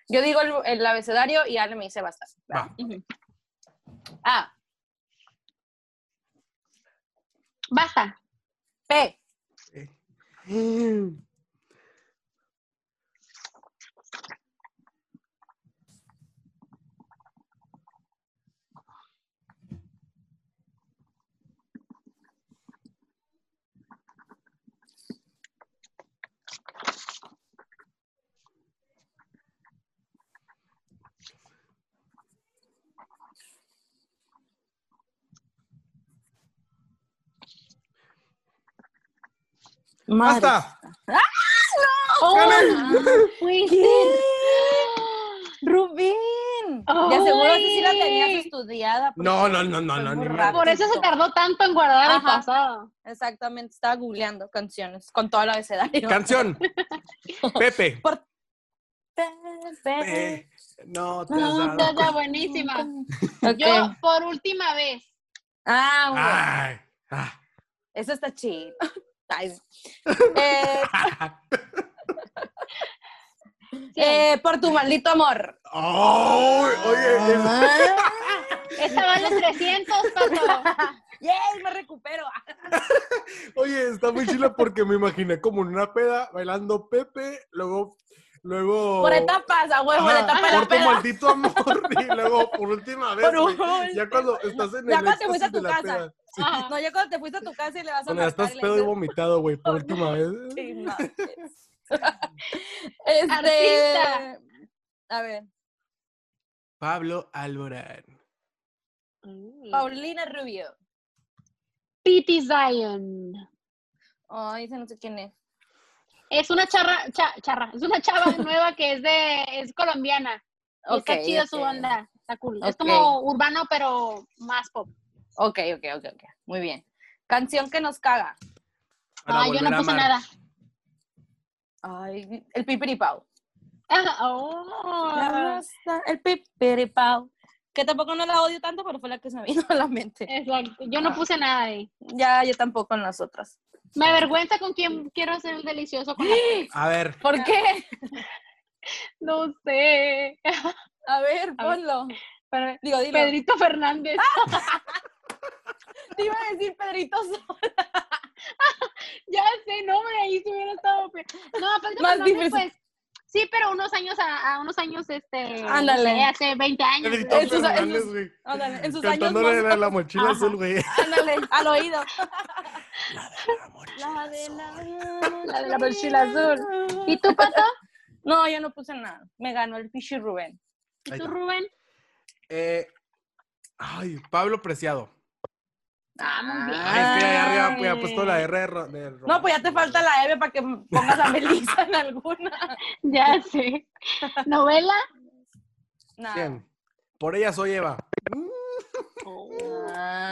Yo digo el, el abecedario y Ale me dice basta.
Va.
Ujú.
A,
Basta,
P, Mm.
¡Basta!
Ah,
fuiste.
Rubín. Ya seguro
Ay.
que sí la tenías estudiada. porque
No, no, no, no,
fue
no,
muy
ni me-
rápido.
Por eso se tardó tanto en guardar el
Ajá.
pasado.
Exactamente, estaba googleando canciones con todo el abecedario. <laughs>
Canción. Pepe.
Pepe.
Eh, no te has
No,
dado
está
cuenta.
buenísima.
Ok.
Yo, por última vez,
Ah, bueno.
Ay, <laughs> ah.
Eso está
<laughs>
chido. Ay. Eh,
cien.
eh, por tu maldito amor. Ah.
Ay, oye, es-
Esa vale 300, Pato.
<laughs> ¡Yay! Me recupero.
oye, está muy chila porque me imaginé como en una peda bailando Pepe, luego, luego.
Por etapas, a huevo, la
Ajá,
etapa de
Oh.
la
Ah, por tu
peda.
maldito amor <laughs> y luego por última vez.
Por
güey.
un-
Ya cuando estás en
Ya
el
cuando te fuiste a
éxtasis
tu
de la
casa.
peda.
Ajá.
No, ya cuando te fuiste a tu casa y le vas a
Cuando ya estás
marcar y le
pedo y
dices,
vomitado, güey, por última vez.
"Sí, <laughs> mames". Este,
Artista.
A ver,
Pablo Alborán.
Paulina Rubio.
Pity Zion.
Ay, ese no sé quién es.
Es una charra, cha- charra, es una
<laughs>
chava nueva que es de, es colombiana. Y
Ok,
está chida su
ok.
onda, está cool. Es
Ok.
como urbano, pero más pop.
Ok, ok, ok, ok. Muy bien. Canción que nos caga.
Para
Ay, yo
volver
no
a
puse
amar.
nada.
Ay, el pipiripau.
Ah, <laughs> oh.
La rosa, el pipiripau. Que tampoco no la odio tanto, pero fue la que se me <laughs> vino a la mente.
Exacto, yo
Ah.
no puse nada ahí.
Ya, yo tampoco en las otras.
Me avergüenza con quién quiero hacer el delicioso con la-
<gasps>
A ver,
¿Por qué?
<laughs> No sé.
A ver,
A ver.
ponlo.
Pero-
Digo, dilo.
Pedrito Fernández.
Te iba a decir Pedrito Sola.
Ya sé, no, hombre, ahí se hubiera estado. pe- No, Pedrito
<laughs> Más
Fernández,
difícil.
pues. Sí, pero unos años, a, a unos años, este. no
Ándale.
sé, hace 20 años.
Pedrito
Eso es-
Fernández,
eso es-
güey.
Ándale, en sus años
Cantándole
más-
la, la mochila
Ajá.
azul, güey.
Ándale, al oído.
La de la, la de la mochila azul. ¿Y
<laughs>
tú, Pato?
No, yo no puse nada. Me ganó el Pichi Rubén.
¿Y
Ahí
tú,
está.
Rubén?
Eh, ay, Pablo Preciado.
Ah, muy bien.
Ay, es que ahí arriba pues, ha puesto la R de Ro- de
No, pues ya te falta la Eve para que pongas a Melissa en alguna.
Ya sé. ¿Novela?
Nah.
Bien. Por ella soy Eva.
Mm.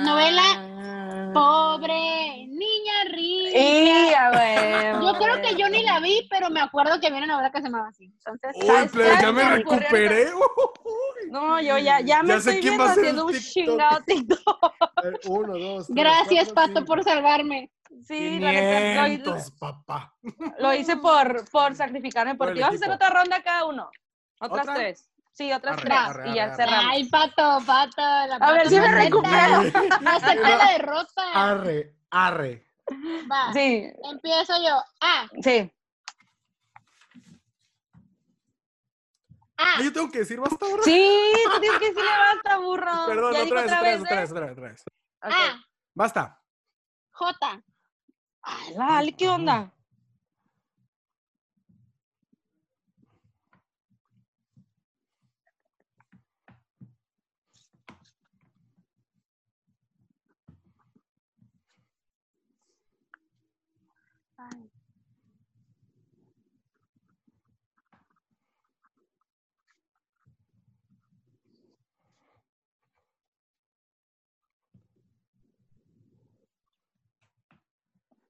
Novela, Ah. Pobre, niña rica.
Sí, a ver.
Yo creo juro que yo ni la vi, pero me acuerdo que había una novela que se llamaba así. Entonces,
Uy, plebe, ya me
Hashtag
recuperé.
No, yo ya, ya me
Ya sé
estoy
quién
viendo
va a ser el
haciendo un
TikTok.
chingado TikTok.
Uno, dos. tres,
gracias,
cuatro,
Pato,
cinco.
por salvarme.
Sí, la neta, lo,
500, papá.
lo hice por, por sacrificarme
Por
por
el
ti. Vamos a hacer
equipo.
otra ronda cada uno. Otras
¿Otra?
tres. Sí, otras
Arre,
tres.
arre,
y ya
arre,
cerramos.
Ay, Pato, Pato. la
a ver
Pato
si me
no acepta-
recupero.
<laughs> No acepta la derrota.
Arre, arre.
Va,
Sí,
empiezo yo. Ah,
sí.
ah.
Ah, yo tengo que decir basta ahora.
Sí, tú tienes que decirle basta, burro.
Perdón,
ya dijo
otra vez, otra vez, otra
¿eh? Ah,
vez, otra vez, otra vez.
Ok.
A,
Basta.
J,
Ay, Lali, ¿qué onda?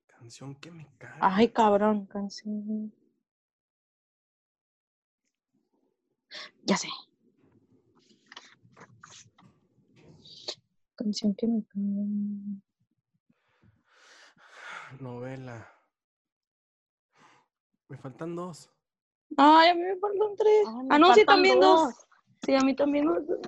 Canción que me cae.
Ay, cabrón, canción. Ya sé. Canción que me cae.
Novela. Me faltan dos.
Ay, a mí me faltan tres.
Ay, me
ah, no, sí,
faltan
también
dos.
dos. Sí, a mí también dos.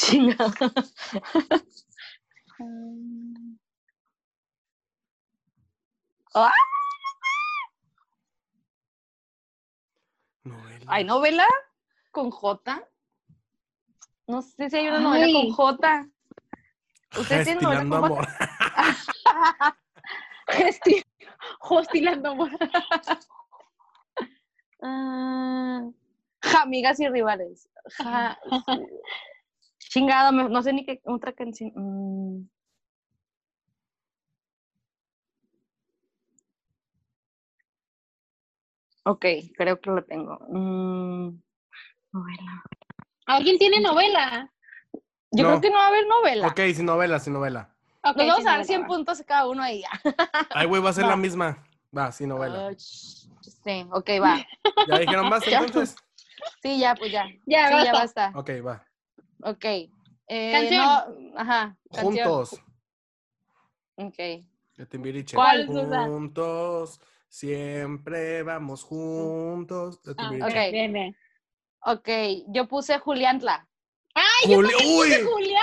Chingada. Ah,
Novela.
¿Hay novela con J? No sé si hay una novela
Ay.
con J. ¿Ustedes tienen novela
Gestionando
con J? <laughs>
amor.
Gesti-
hostilando amor.
Ah, amigas y rivales. Ja- Chingado, me- no sé ni qué otra canción. Mm. Ok, creo que lo tengo. Mm, novela.
¿Alguien tiene novela?
Yo
No.
creo que no va a haber novela.
Ok, sin novela, sin novela.
Ok,
Nos vamos
sí,
a dar
novela,
100
va.
puntos cada uno ahí.
Ay, güey, va a ser
Va.
la misma. Va, sin novela.
Ah, ch- Sí, ok, va.
¿Ya dijeron basta
Ya.
entonces?
Sí, ya, pues ya. Sí,
Ya,
ya
basta.
basta.
Ok, va.
Ok. Eh,
Canción.
no- ajá. canción.
Juntos.
Ok.
De Timbiriche.
¿Cuál,
Susan?
Juntos. Siempre vamos juntos. De
Ah,
Timbiriche.
ok.
Bien, bien.
Ok, yo puse Juliantla.
¡Ay, yo
Juli-
también
¡Uy!
puse Julián!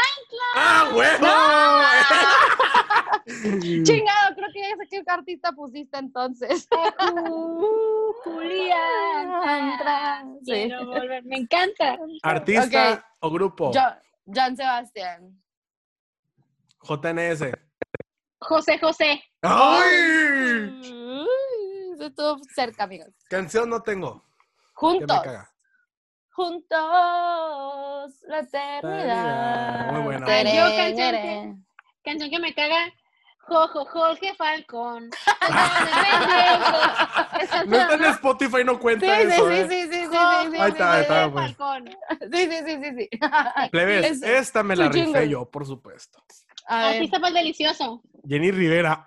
¡Ah, huevo!
<laughs>
Mm.
Chingado, creo que ya sé qué artista pusiste <laughs> entonces.
Uh, Julián. Ah,
Sí.
quiero volver. Me encanta.
Artista
Ok.
o grupo.
Jo- Joan Sebastián.
JNS.
José José.
¡Ay!
Uy, Mm, Eso estuvo cerca, amigos.
Canción no tengo. Que me
Juntos.
caga.
Juntos. La eternidad.
Eternidad. Muy buena.
Tere,
Yo canción
tere.
que- Canción que me caga. Jojo, Jorge Falcón. Esa
No está en
canción-
Spotify, no cuenta
Sí, sí,
eso.
sí,
¿eh?
sí, sí, sí, sí,
Jojo,
sí,
Ahí está, ahí
sí,
está,
Jorge
güey.
Falcón.
sí, sí, sí, sí, sí.
<laughs> Plebes,
Es-
esta me la
su jingle.
rifé yo, por supuesto.
A <laughs> ver.
Artista más delicioso.
Jenny Rivera.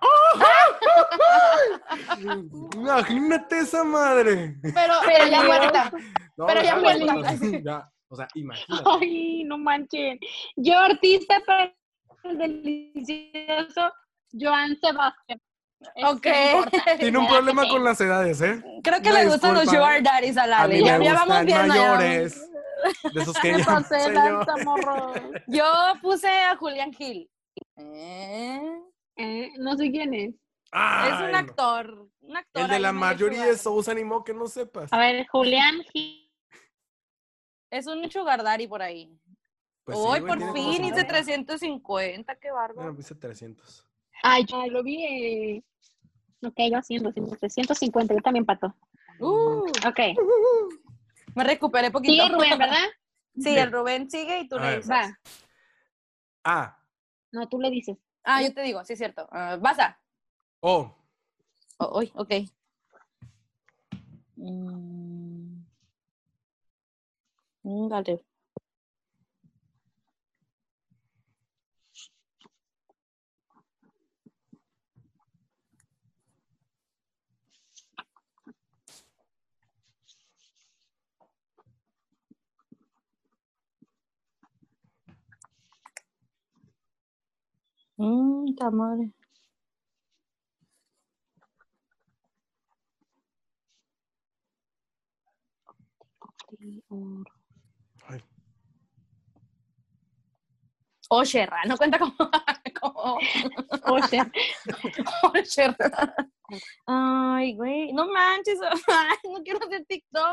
¡Ah! <laughs> Imagínate esa madre.
Pero, pero ya
Pero-
muerta.
No,
Pero ya
no,
fue el
no,
link.
no, ya, O sea,
<laughs>
imagínate.
Ay, no manchen. Yo, artista para el delicioso, Joan Sebastián. Este, Es
Ok.
que no importa.
Tiene un problema con las edades, ¿eh?
Creo que
Una
le gustan los
disculpa.
sugar daddies a
A mí
Lali.
me
Ya, ya vamos
gustan
viendo. ya vamos-
mayores. De esos
<laughs>
que
Me
ya,
pasé
señor.
lanza,
<laughs>
morro.
Yo puse a Julián Gil. Eh,
Eh, No sé quién es.
Es
Ay,
un
no.
actor. Un actor
El de
ahí
la
medio
mayoría
sugar.
es Sous animó que no sepas.
A ver, Julián Gil.
Es un sugar daddy por ahí.
Pues sí, güey,
Hoy
tiene
por
como
fin hice
50.
350, qué
Bueno,
bárbaro.
hice 300.
Ay, yo lo vi. eh. Ok, yo 100, 200, 350. Yo también pato.
Mm.
Uh,
Ok.
me recuperé poquito.
Sigue Rubén, ¿verdad?
Sí, el Rubén sigue y tú
A
le
ver.
dices.
Va.
Ah,
No, tú le dices.
Ah, yo te digo, sí es cierto. Ah, vas a.
oh.
Oh, uy, ok. Mm. Mm, Dale. Mmm, ta madre.
Ay.
Osherra, no cuenta como, <laughs> como
O sea,
<laughs> Osherra. Ay, güey, no manches, <laughs> ay, no quiero hacer TikTok.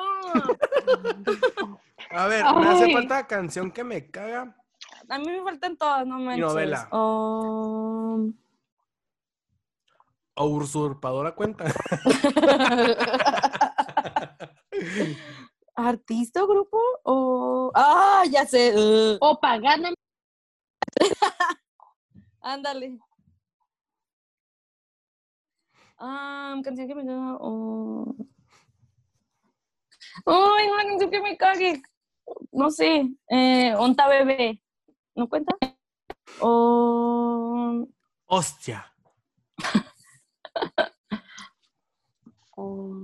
A ver, me hace
Ay.
falta canción que me caga.
A mí me faltan todas, no manches.
novela.
Um,
O usurpadora cuenta.
¿Artista o grupo? O... Ah, ya sé. uh,
o pagando.
ándale. Um, canción que me caga. o- Uy, una canción que me cague. No sé. Eh, Onta bebé. ¿No cuenta? O...
Hostia.
O,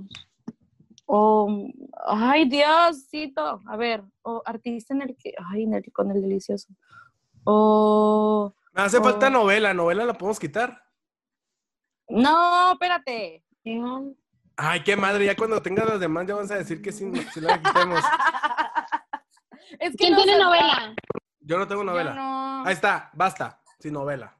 o- ay, Diosito. A ver, o artista en el que, ay, en el- con el delicioso. O,
Me hace
Oh.
falta novela. ¿Novela la podemos quitar?
no, espérate.
Ay, qué madre. Ya cuando tengas las demás ya vas a decir que sí, sí la quitemos.
Es
¿Quién
no
tiene
sé- <laughs>
novela?
Yo no tengo
yo
novela.
no.
Ahí está. Basta. Sin novela.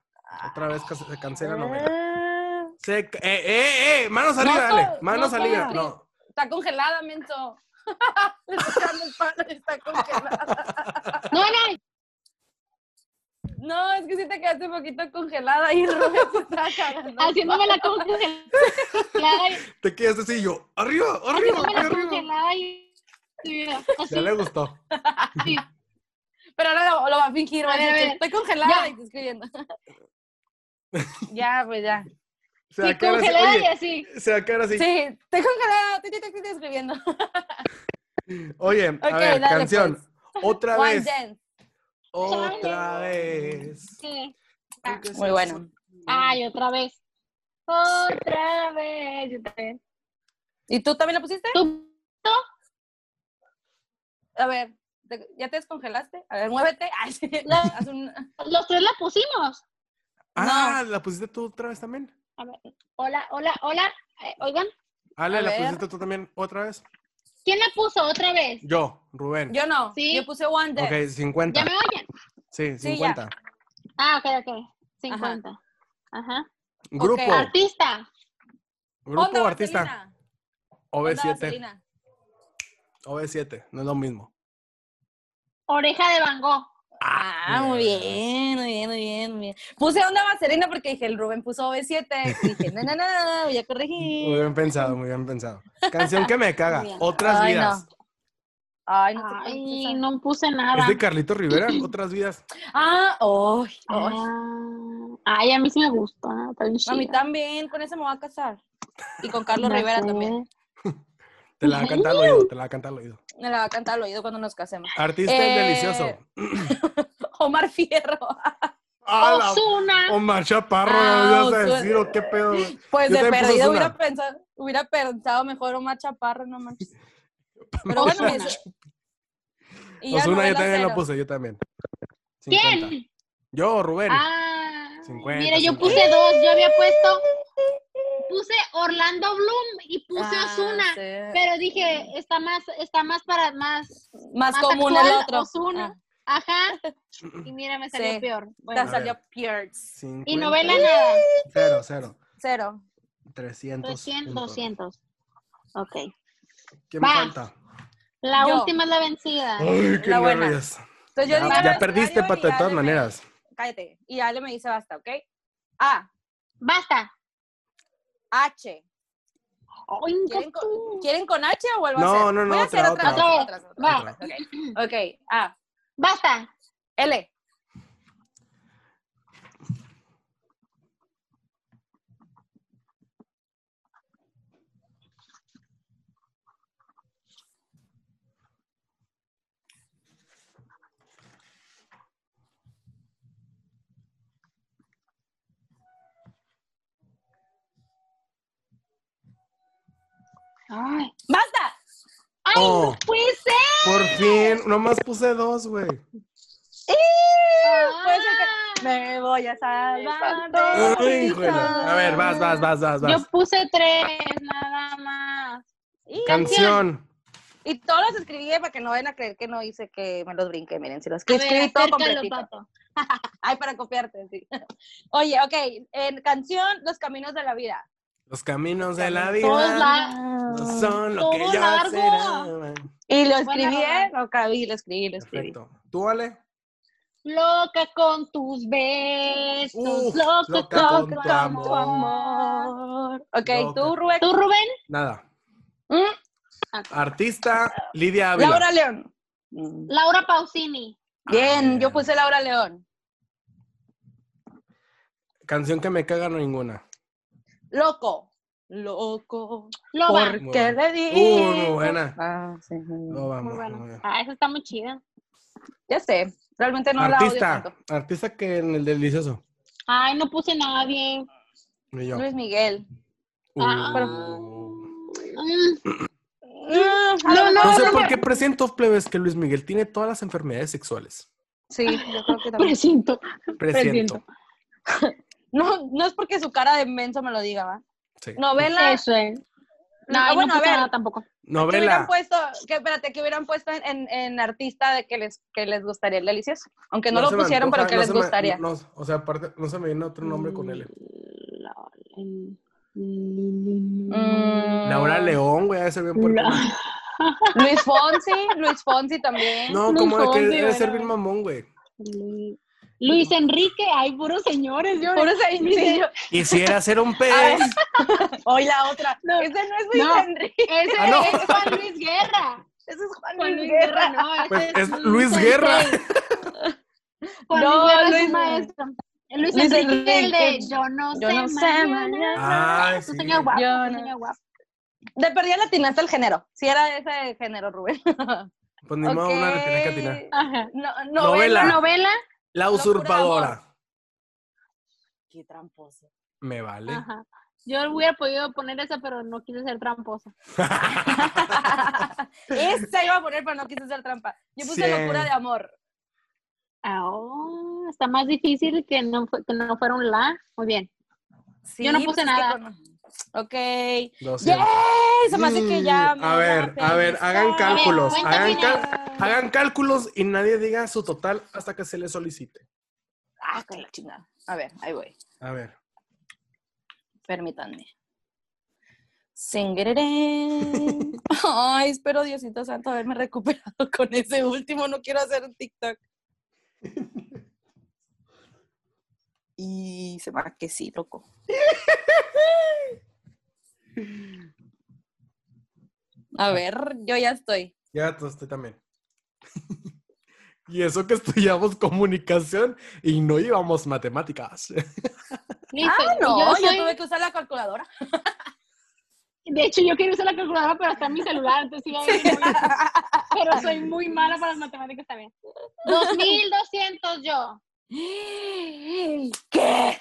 Otra vez que se se cancela novela.
Ah,
Se ca- eh, eh, eh. Manos
No
arriba,
so-
dale. Manos
no
arriba.
soy-
No.
Está congelada, menso. <laughs> Ya no para, está congelada.
No, no,
No, es que sí te quedaste un poquito congelada y <laughs> Rubén se estaba cagando.
haciéndome la
<laughs>
congelada. y-
Te quedas así y yo. Arriba, arriba,
Haciéndome la
arriba.
congelada y. sí, así,
Ya le gustó.
sí.
Pero ahora lo, lo va a fingir, va a
A ver,
decir
a
que
ver.
estoy
Ya.
congelada y
<laughs>
te escribiendo. ya, pues ya.
Se va a
Sí,
quedar así.
congelada y
Oye,
así.
se va a quedar así.
Sí, estoy congelada, estoy, estoy, estoy escribiendo.
Oye,
Ok,
a ver,
dale,
canción.
pues.
Otra
One
vez.
Dance.
Otra vez.
Sí.
Muy bueno.
Ay, otra vez. Otra vez. y otra vez.
¿Y tú también la pusiste?
Tú,
A ver, te- ¿ya te descongelaste? A ver, muévete. <laughs> Ay, sí,
No.
haz un-
los tres la pusimos.
Ah, ¿la pusiste tú otra vez también?
Hola, hola, hola. Eh, oigan,
Ale,
A
¿la
ver.
pusiste tú también otra vez?
¿quién la puso otra vez?
Yo, Rubén.
Yo no,
Sí.
yo puse One Dance.
Ok, 50.
¿Ya me oyen?
Sí,
Sí,
50.
Ah, ok, ok. 50. Ajá.
Grupo,
Ok.
Artista.
grupo
Onda
o artista.
Vaselina, Onda
OV7.
Vaselina.
OV7, no es lo mismo.
Oreja de Van Gogh.
Ah, muy bien, muy bien, muy bien, muy bien. Puse Onda Vaselina porque dije, el Rubén puso OV7. Y dije, no, no, no, voy a
Muy <laughs>
corregir.
bien pensado, muy bien pensado. Canción que me caga,
Muy bien.
Otras
Ay,
vidas.
Ay, no, te
Ay,
puedes
no puse
¿Es
nada.
de Carlito
<laughs>
Rivera? Otras vidas.
Ah, ay, ay.
Ah, Ay, a mí sí me gusta. Está bien
A mí
chida.
también, con ese me voy a casar. Y con Carlos
Ya
Rivera
sé.
también.
Te la va a cantar al oído, te la va a cantar al oído.
Me la va a cantar al oído cuando nos casemos. <laughs>
Artista
Eh,
el delicioso. <laughs>
Omar Fierro.
¡A la
Ozuna.
Omar Chaparro,
Ah,
¿me vas a
Ozuna.
decir o qué pedo? güey?
Pues
Yo
de
también puse Ozuna.
perdido hubiera pensado, hubiera pensado mejor Omar Chaparro,
<laughs>
no manches. Pero bueno,
Ozuna.
me hizo- y ya
Ozuna, yo
novela
también la
cero.
puse, yo también. 50.
¿Quién?
Yo, Rubén.
Ah,
50,
mira, yo
50.
puse dos. Yo había puesto. Puse Orlando Bloom y puse
Ah,
Ozuna.
sí.
Pero dije, está más, está más para más.
Más,
más
común
actual,
el otro. Ah.
Ozuna. Ajá. Y mira, me salió
Sí.
peor.
Ah,
Ah, Bueno.
te salió Pierce.
50.
Y novela nada.
Cero, cero.
Cero.
300.
300,
puntos.
200. Ok.
¿Qué
Va.
me falta?
La
Yo.
última es la vencida.
Ay, qué
La buena.
nervios.
Entonces yo
Ya,
digo
ya
el
perdiste,
escenario y
Pato, de
ya
todas
le me-
maneras.
Cállate. Y Ale me dice basta, ¿ok? A,
Basta.
H.
Ay, nunca
¿Quieren
tú.
con, ¿quieren con H o vuelvo a
No,
hacer?
no, no,
Voy a
otra,
hacer
otra,
otra, vez,
otra.
otra, otra,
Va.
otra, otra. Ok, A,
Basta.
L.
Ay,
¡Basta!
Ay,
Oh.
no puede ser.
Por fin, nomás puse dos, güey.
puede ser
Ah.
Me voy a salvar. de
Ay,
ti
híjole. A ver, vas, vas, vas, vas, vas.
Yo puse tres, nada más.
Y-
Canción.
Y todos los escribí para que no vayan a creer que no hice que me los brinqué. Miren, si los que
A ver,
escribí todo
acércalo,
completito.
Pato.
Ay, para copiarte, sí. <laughs> Oye, ok. En canción, Los Caminos de la Vida.
Los caminos de la
Todos
vida
la-
no son lo
todo
que yo
largo.
será.
Y lo
Buena
escribí, ¿eh?
rola.
Lo cabí, lo escribí, lo escribí.
Perfecto. ¿Tú, Ale?
Loca con tus besos,
Uf,
loca,
loca
con,
con
tu
tu
amor.
Amor. Ok, ¿tú,
Loca.
Rubén?
¿Tú, Rubén?
Nada.
Mm,
Artista Lidia Ávila. Ah,
Laura León. Mm.
Laura Pausini.
Bien, yo
bien.
puse Laura León.
Canción que me caga no ninguna.
Loco. Loco.
Loba.
Muy
¿Qué
buena.
le di?
Uh, muy buena.
Ah, sí.
No, vamos, muy
Muy buena.
bien.
Ah, esa está muy chida.
Ya sé. Realmente no la odio
artista.
tanto.
Artista que en el delicioso.
Ay, no puse nada
<laughs>
bien.
Y yo.
Luis Miguel.
Ah.
Uh.
Mm,
a lo
no,
mejor-
No sé
no,
por
no.
qué presiento, plebes, que Luis Miguel tiene todas las enfermedades sexuales.
Sí, yo creo que también.
Presiento.
Presiento.
No, no es porque su cara de menso me lo diga, ¿va?
Sí.
Novela.
Eso es. No,
Ah,
ahí
bueno,
no
a
puse
ver.
nada tampoco.
¿Qué hubieran
Novela.
puesto? Que, espérate, que hubieran puesto en, en, en artista de que les, que les gustaría el delicioso. Aunque no,
se
lo
me
pusieron,
antoja,
pero que
no
les
se me-
gustaría.
no, o sea, aparte, no se me viene otro nombre con L.
Mm,
Laura León, güey, debe ser bien puerco.
La-
Luis Fonsi, Luis Fonsi también.
No,
Luis
como de que
Fonsi,
debe ser
bueno.
bien mamón, güey.
Luis Enrique, ay, puros señores. Yo,
Puro se-
Luis
sí,
En-
yo-
Quisiera ser un pez.
Hoy la otra.
No.
Ese no es Luis
No.
Enrique.
Ese
Ah, no.
es Juan Luis Guerra.
Ese es Juan,
Juan
Luis Guerra.
no, ese
Pues es
un
Luis
sensei.
Guerra.
Juan
No,
Luis Guerra es
Luis-
un maestro. Luis,
Luis
Enrique, el de
Enrique.
Yo no
Yo
sé,
no sé
mañana.
mañana.
Ay,
Es
sí.
un señor guapo,
Yo
es un
no-
señor guapo.
De perdida latinaste el género. Si era ese género, Rubén.
Pues ni modo, una le tenía que atinar.
Ok.
Ajá.
No,
Novela.
novela.
La novela,
La
Locura de
usurpadora.
Qué tramposo.
Me vale.
ajá. Yo hubiera podido poner esa, pero no quise ser tramposa.
<laughs> Esa iba a poner, pero no quise hacer trampa. Yo puse
Sí.
locura de amor.
Ah, oh, está más difícil que no, fue- que no fuera un la. Muy bien.
Ah, Sí, pues,
Yo no puse
es que
nada.
con- Ok.
Lo siento.
¡Yay! Se me hace que ya.
Mm,
me
a ver,
la
a ver, hagan
pellizcaron.
cálculos,
A ver,
hagan,
cuenta
cal- hagan cálculos y nadie diga su total hasta que se le solicite.
Ah, que la chingada. A ver, ahí voy.
A ver.
Permítanme. <laughs> Singerere. Ay, espero Diosito Santo haberme recuperado <laughs> con ese último. No quiero hacer un <laughs> TikTok. Y se va que sí, loco. A ver, yo ya estoy.
Ya tú estoy también. <laughs> y eso que estudiamos comunicación y no llevamos matemáticas. <laughs>
Listo.
Ah, no,
yo
yo,
soy-
tuve que usar la calculadora.
De hecho, yo quiero usar la calculadora, pero está en mi celular, entonces iba a decir, "Oye, pero soy muy mala para las matemáticas también. 2200 yo.
<gasps> ¿Qué?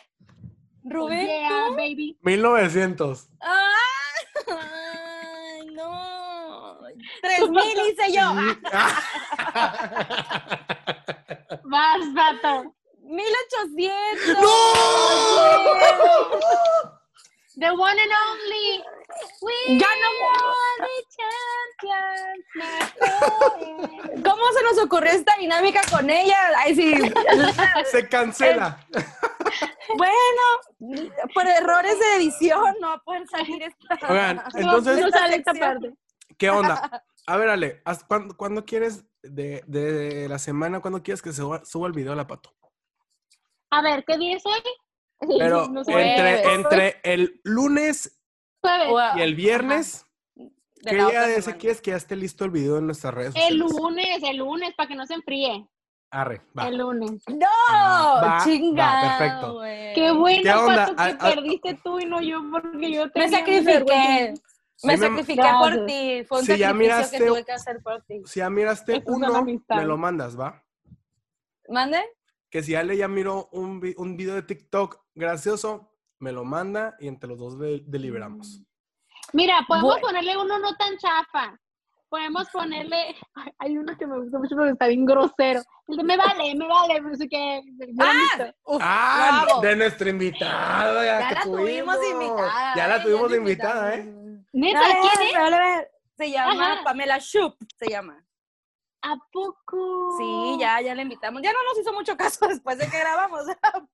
Rubén,
Yeah,
¿tú?
baby.
1900.
¡Ay, no! ¡Tres mil hice yo!
Mm,
<laughs>
Ah,
Vas, vato.
¡Mil ochocientos!
¡No!
The one and only. We
Ya
are the champions, my friend.
¿Cómo se nos ocurrió esta dinámica con ella? Ay, sí.
Se cancela.
<laughs>
Bueno, por errores de edición no va a poder salir esta.
Oigan,
No,
entonces,
no sale esta
sección.
parte.
¿qué onda? A ver, Ale, ¿haz- cuándo, cuándo quieres de, de la semana, cuándo quieres que se suba, suba el video a la pato?
A ver, ¿qué día es hoy? <laughs>
Pero
No sé.
Jueves.
entre, entre el lunes
Jueves.
Wow.
y el viernes,
De
¿qué día
la otra
de ese
semana.
quieres que ya esté listo el video en nuestras redes
El
sociales?
lunes, el lunes, para que no se enfríe.
Arre, va.
El lunes.
¡No!
Va,
¡Chingado!
va, perfecto.
güey.
Qué bueno,
¿Qué onda?
Pato, que
Ah, ah,
perdiste tú y no yo, porque yo
Me
tenía mi
sacrifiqué.
vergüenza.
Me
Sí, me-
sacrifiqué por
Gracias.
ti. Fue un
Si ya
sacrificio
miraste-
que tuve que hacer por ti.
Si ya miraste
Esto es una
uno,
amistad.
me lo mandas, ¿va?
¿Mande?
Que si Ale ya miró un, vi- un video de TikTok gracioso, me lo manda
Mm.
y entre los dos de- deliberamos.
Mira, podemos
Bueno.
ponerle uno no tan chafa. podemos ponerle, hay uno que me gusta mucho porque está bien grosero. El de me vale, me vale, no sé qué.
¡Ah! Uf,
¡Ah!
bravo.
De nuestra invitada. Ya,
Ya
que
la tuvimos invitada.
Ya la
eh,
tuvimos
ya
invitada, ¿eh?
¿Neta?
Dale,
¿Quién es?
ver, dale, ver. Se llama
Ajá.
Pamela Schupp, se llama.
¿A poco?
Sí, ya, ya la invitamos. Ya no nos hizo mucho caso <laughs> después de que grabamos,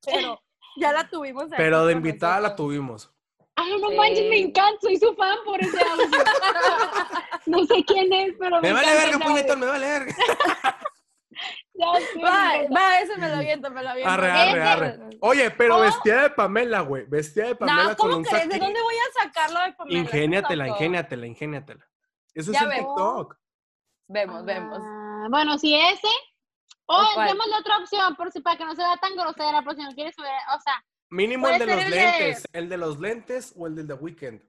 pero ya la tuvimos. aquí
¿eh? Pero de
con
invitada la
nosotros.
tuvimos.
Ay, no
Sí.
manches, me encanta, soy su fan por ese
<laughs>
audio. no sé quién es, pero me,
Me vale
encanta
verga,
ese
puñetón, me vale verga.
audio. Ya sé, me
Va,
encanta.
va, ese me lo aviento, me lo aviento.
Arre, arre,
Ese-
arre. Oye, pero vestida de Pamela, güey. Vestida de Pamela
No,
con
¿cómo
un
crees? ¿De
saquito.
dónde voy a sacarlo de Pamela?
Ingéniatela,
Tampoco.
ingéniatela, ingéniatela. Eso es
Ya
el
veo.
TikTok.
Vemos, vemos.
Ah, bueno, si ese. O
¿O cuál?
tenemos la otra opción, por si para que no sea tan grosera, por si no quieres ver, o sea,
Mínimo
Puede
el de los
ser el de-
lentes. El de los lentes o el del The Weeknd.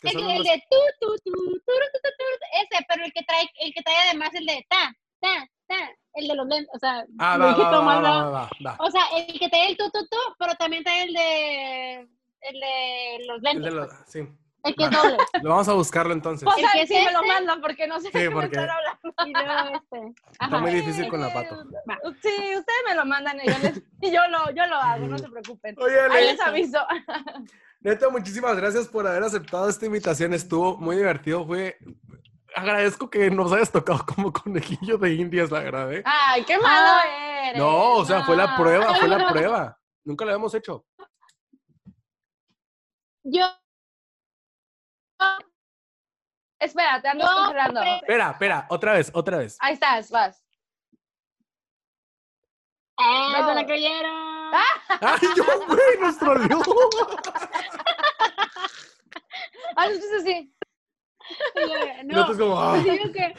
Que
el,
son
el
unos-
de tú, tú, tú, tú, tú, tú, tú, tú, ese, pero el que trae, el que trae además el de ta, ta, ta, el de los lentes, o sea,
Ah,
lo
va,
dije
va,
todo
va, va,
mal,
va,
¿no?
va, va.
o sea, el que trae el tú, tú, tú, pero también trae el de, el de los
El
lentes,
de
<laughs>
el,
los- Sí.
que es
va.
doble.
Lo vamos a buscarlo entonces.
O sea,
que es
si me lo
este?
mandan, porque no sé
Sí,
qué me
porque-
están hablando.
<laughs> Y luego este,
Está
ajá.
muy difícil con la pato.
Va.
Sí, ustedes me lo mandan y yo, les- <laughs> y yo lo, yo lo hago, no se preocupen.
Oye,
Ahí
Ale,
les aviso.
neta, muchísimas gracias por haber aceptado esta invitación. Estuvo muy divertido, güey. Agradezco que nos hayas tocado como conejillo de indias, la verdad, ¿eh?
Ay, qué malo eres.
No, o sea, fue la
no.
prueba, fue la prueba. Nunca lo habíamos hecho.
Yo,
Espérate, ando
No,
congelando.
hombre.
Espera, espera, otra vez, otra
<laughs>
vez.
Ahí estás, vas.
ah,
No.
no la creyeron.
¡Ay, yo, güey! ¡Nos troleó!
Ah, entonces sí.
Y yo,
No. te es como, ah.
Pues digo que,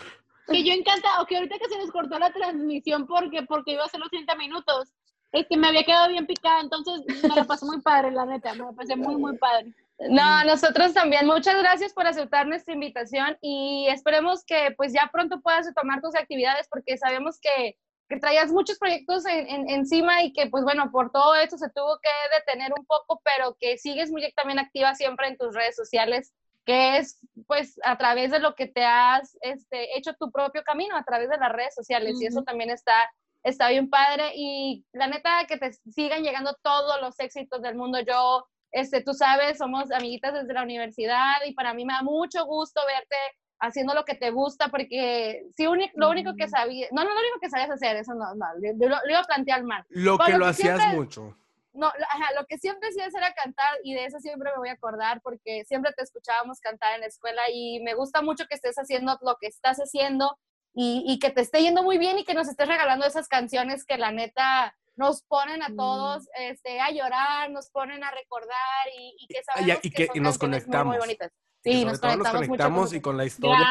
que yo encantada, o que ahorita que se nos cortó la transmisión porque, porque iba a ser los 30 minutos, es que me había quedado bien picada, entonces me lo pasé muy padre, la neta, me lo pasé muy, muy padre.
No, nosotros también. Muchas gracias por aceptar nuestra invitación y esperemos que pues ya pronto puedas retomar tus actividades porque sabemos que, que traías muchos proyectos en- en- encima y que pues bueno, por todo esto se tuvo que detener un poco, pero que sigues muy también activa siempre en tus redes sociales, que es pues a través de lo que te has este, hecho tu propio camino, a través de las redes sociales y eso
Ujú.
también está está bien padre y la neta que te sigan llegando todos los éxitos del mundo. Yo, este, tú sabes, somos amiguitas desde la universidad y para mí me da mucho gusto verte haciendo lo que te gusta porque si lo único que
Ujú.
sabía, no, no lo único que sabías hacer, eso no, no, yo- yo lo, lo iba a plantear mal.
Lo
Por
que
lo
lo
que
hacías
siempre-
mucho.
No, lo, ajá, lo que siempre hacías era cantar y de eso siempre me voy a acordar porque siempre te escuchábamos cantar en la escuela y me gusta mucho que estés haciendo lo que estás haciendo y, y que te esté yendo muy bien y que nos estés regalando esas canciones que la neta nos ponen a
Mm.
todos este, a llorar, nos ponen a recordar y, y que
y-
sabemos
Ah, y que-
son
y nos
canciones muy, muy
conectamos.
bonitas.
Que
Sí,
sobre
nos
todo
conectamos, mucho con
conectamos y
nosotros.
con la historia.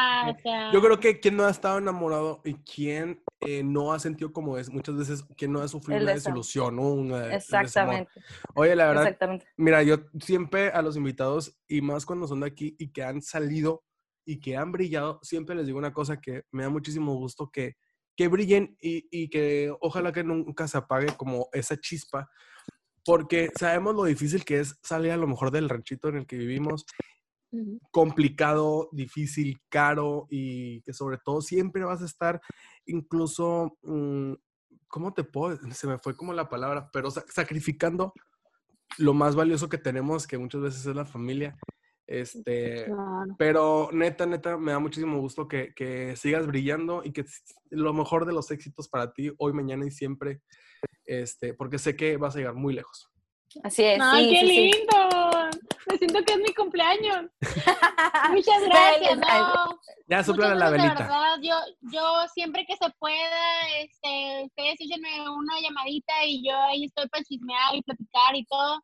Gracias.
Yo creo que quien no ha estado enamorado y quien eh, no ha sentido como es, muchas veces, quien no ha sufrido
El
una
desamor.
desilusión, ¿no? Una- el desamor.
Exactamente,
Oye, pues, la verdad,
exactamente.
mira, yo siempre a los invitados, y más cuando son de aquí y que han salido y que han brillado, siempre les digo una cosa que me da muchísimo gusto que, que brillen y, y que ojalá que nunca se apague como esa chispa, porque sabemos lo difícil que es salir a lo mejor del ranchito en el que vivimos,
Ujú.
complicado, difícil, caro y que sobre todo siempre vas a estar incluso, mm, ¿cómo te puedo? Se me fue como la palabra, pero sa- sacrificando lo más valioso que tenemos, que muchas veces es la familia. Este,
Claro.
pero neta, neta, me da muchísimo gusto que, que sigas brillando y que s- lo mejor de los éxitos para ti hoy, mañana y siempre, este, porque sé que vas a llegar muy lejos.
Así es.
Ay,
Eh, sí,
qué
sí, sí.
lindo. Me siento que es mi cumpleaños. Muchas
Feliz-
gracias.
Ay,
No.
Ya sopla
Muchas
la
gracias, de
velita.
verdad, yo, yo siempre que se pueda, este, ustedes échenme una llamadita y yo ahí estoy para chismear y platicar y todo.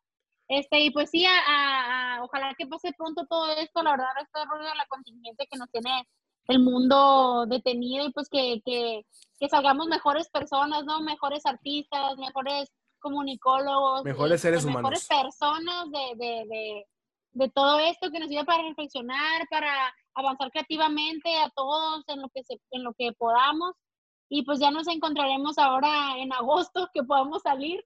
Este, y pues sí, a- a- a- ojalá que pase pronto todo esto, la verdad, este rollo de la contingencia que nos tiene el mundo detenido y pues que, que, que salgamos mejores personas, ¿no? Mejores artistas, mejores comunicólogos.
Mejores
este,
seres
Mejores
humanos.
personas de- de- de, de todo esto que nos ayuda para reflexionar, para avanzar creativamente a todos en lo que se, en lo que podamos y pues ya nos encontraremos ahora en agosto que podamos salir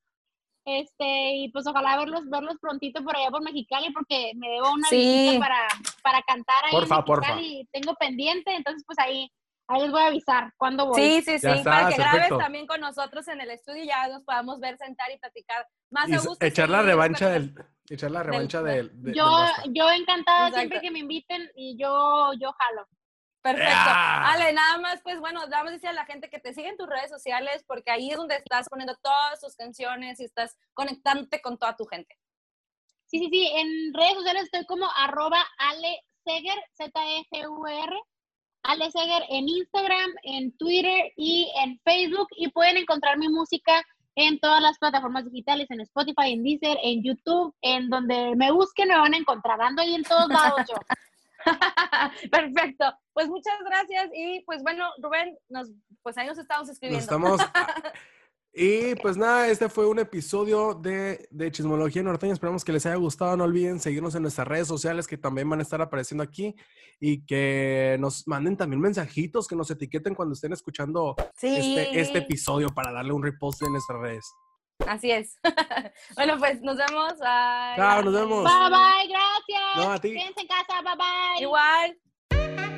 Este, y pues ojalá verlos, verlos prontito por allá por Mexicali, porque me debo una
Sí.
visita para, para cantar ahí
Porfa,
en Mexicali. Tengo pendiente, entonces pues ahí, ahí les voy a avisar cuándo voy.
Sí, sí, sí.
Ya
para
estás,
que
perfecto.
grabes también con nosotros en el estudio y ya nos podamos ver, sentar y platicar más
Y
a
s-
gusto.
echar la
sí,
revancha
pero-
del. Echar la revancha del. del-
yo,
del Basta.
yo encantada siempre
Exacto.
que me inviten y yo, yo jalo.
Perfecto.
¡Ea!
Ale, nada más, pues bueno, nada más decir a la gente que te sigue en tus redes sociales porque ahí es donde estás poniendo todas tus canciones y estás conectándote con toda tu gente. <laughs>
Sí, sí, sí, en redes sociales estoy como arroba Ale Seger, E Z-E-G-U-R. Ale Seger en Instagram, en Twitter y en Facebook. Y pueden encontrar mi música en todas las plataformas digitales, en Spotify, en Deezer, en YouTube, en donde me busquen me van a encontrar. Ando ahí en todos lados
<laughs>
yo.
Perfecto. Pues muchas gracias y pues bueno, Rubén, nos, pues ahí nos estamos escribiendo.
Nos estamos.
<laughs>
Y pues nada, este fue un episodio de, de Chismología Norteña. Esperamos que les haya gustado. No olviden seguirnos en nuestras redes sociales que también van a estar apareciendo aquí y que nos manden también mensajitos, que nos etiqueten cuando estén escuchando
Sí.
este, este episodio para darle un repost en nuestras redes.
Así es. <laughs> bueno, pues nos vemos. Bye.
Chao, nos vemos.
Bye, bye, gracias.
No, a ti.
Quédense en casa, bye, bye.
Igual.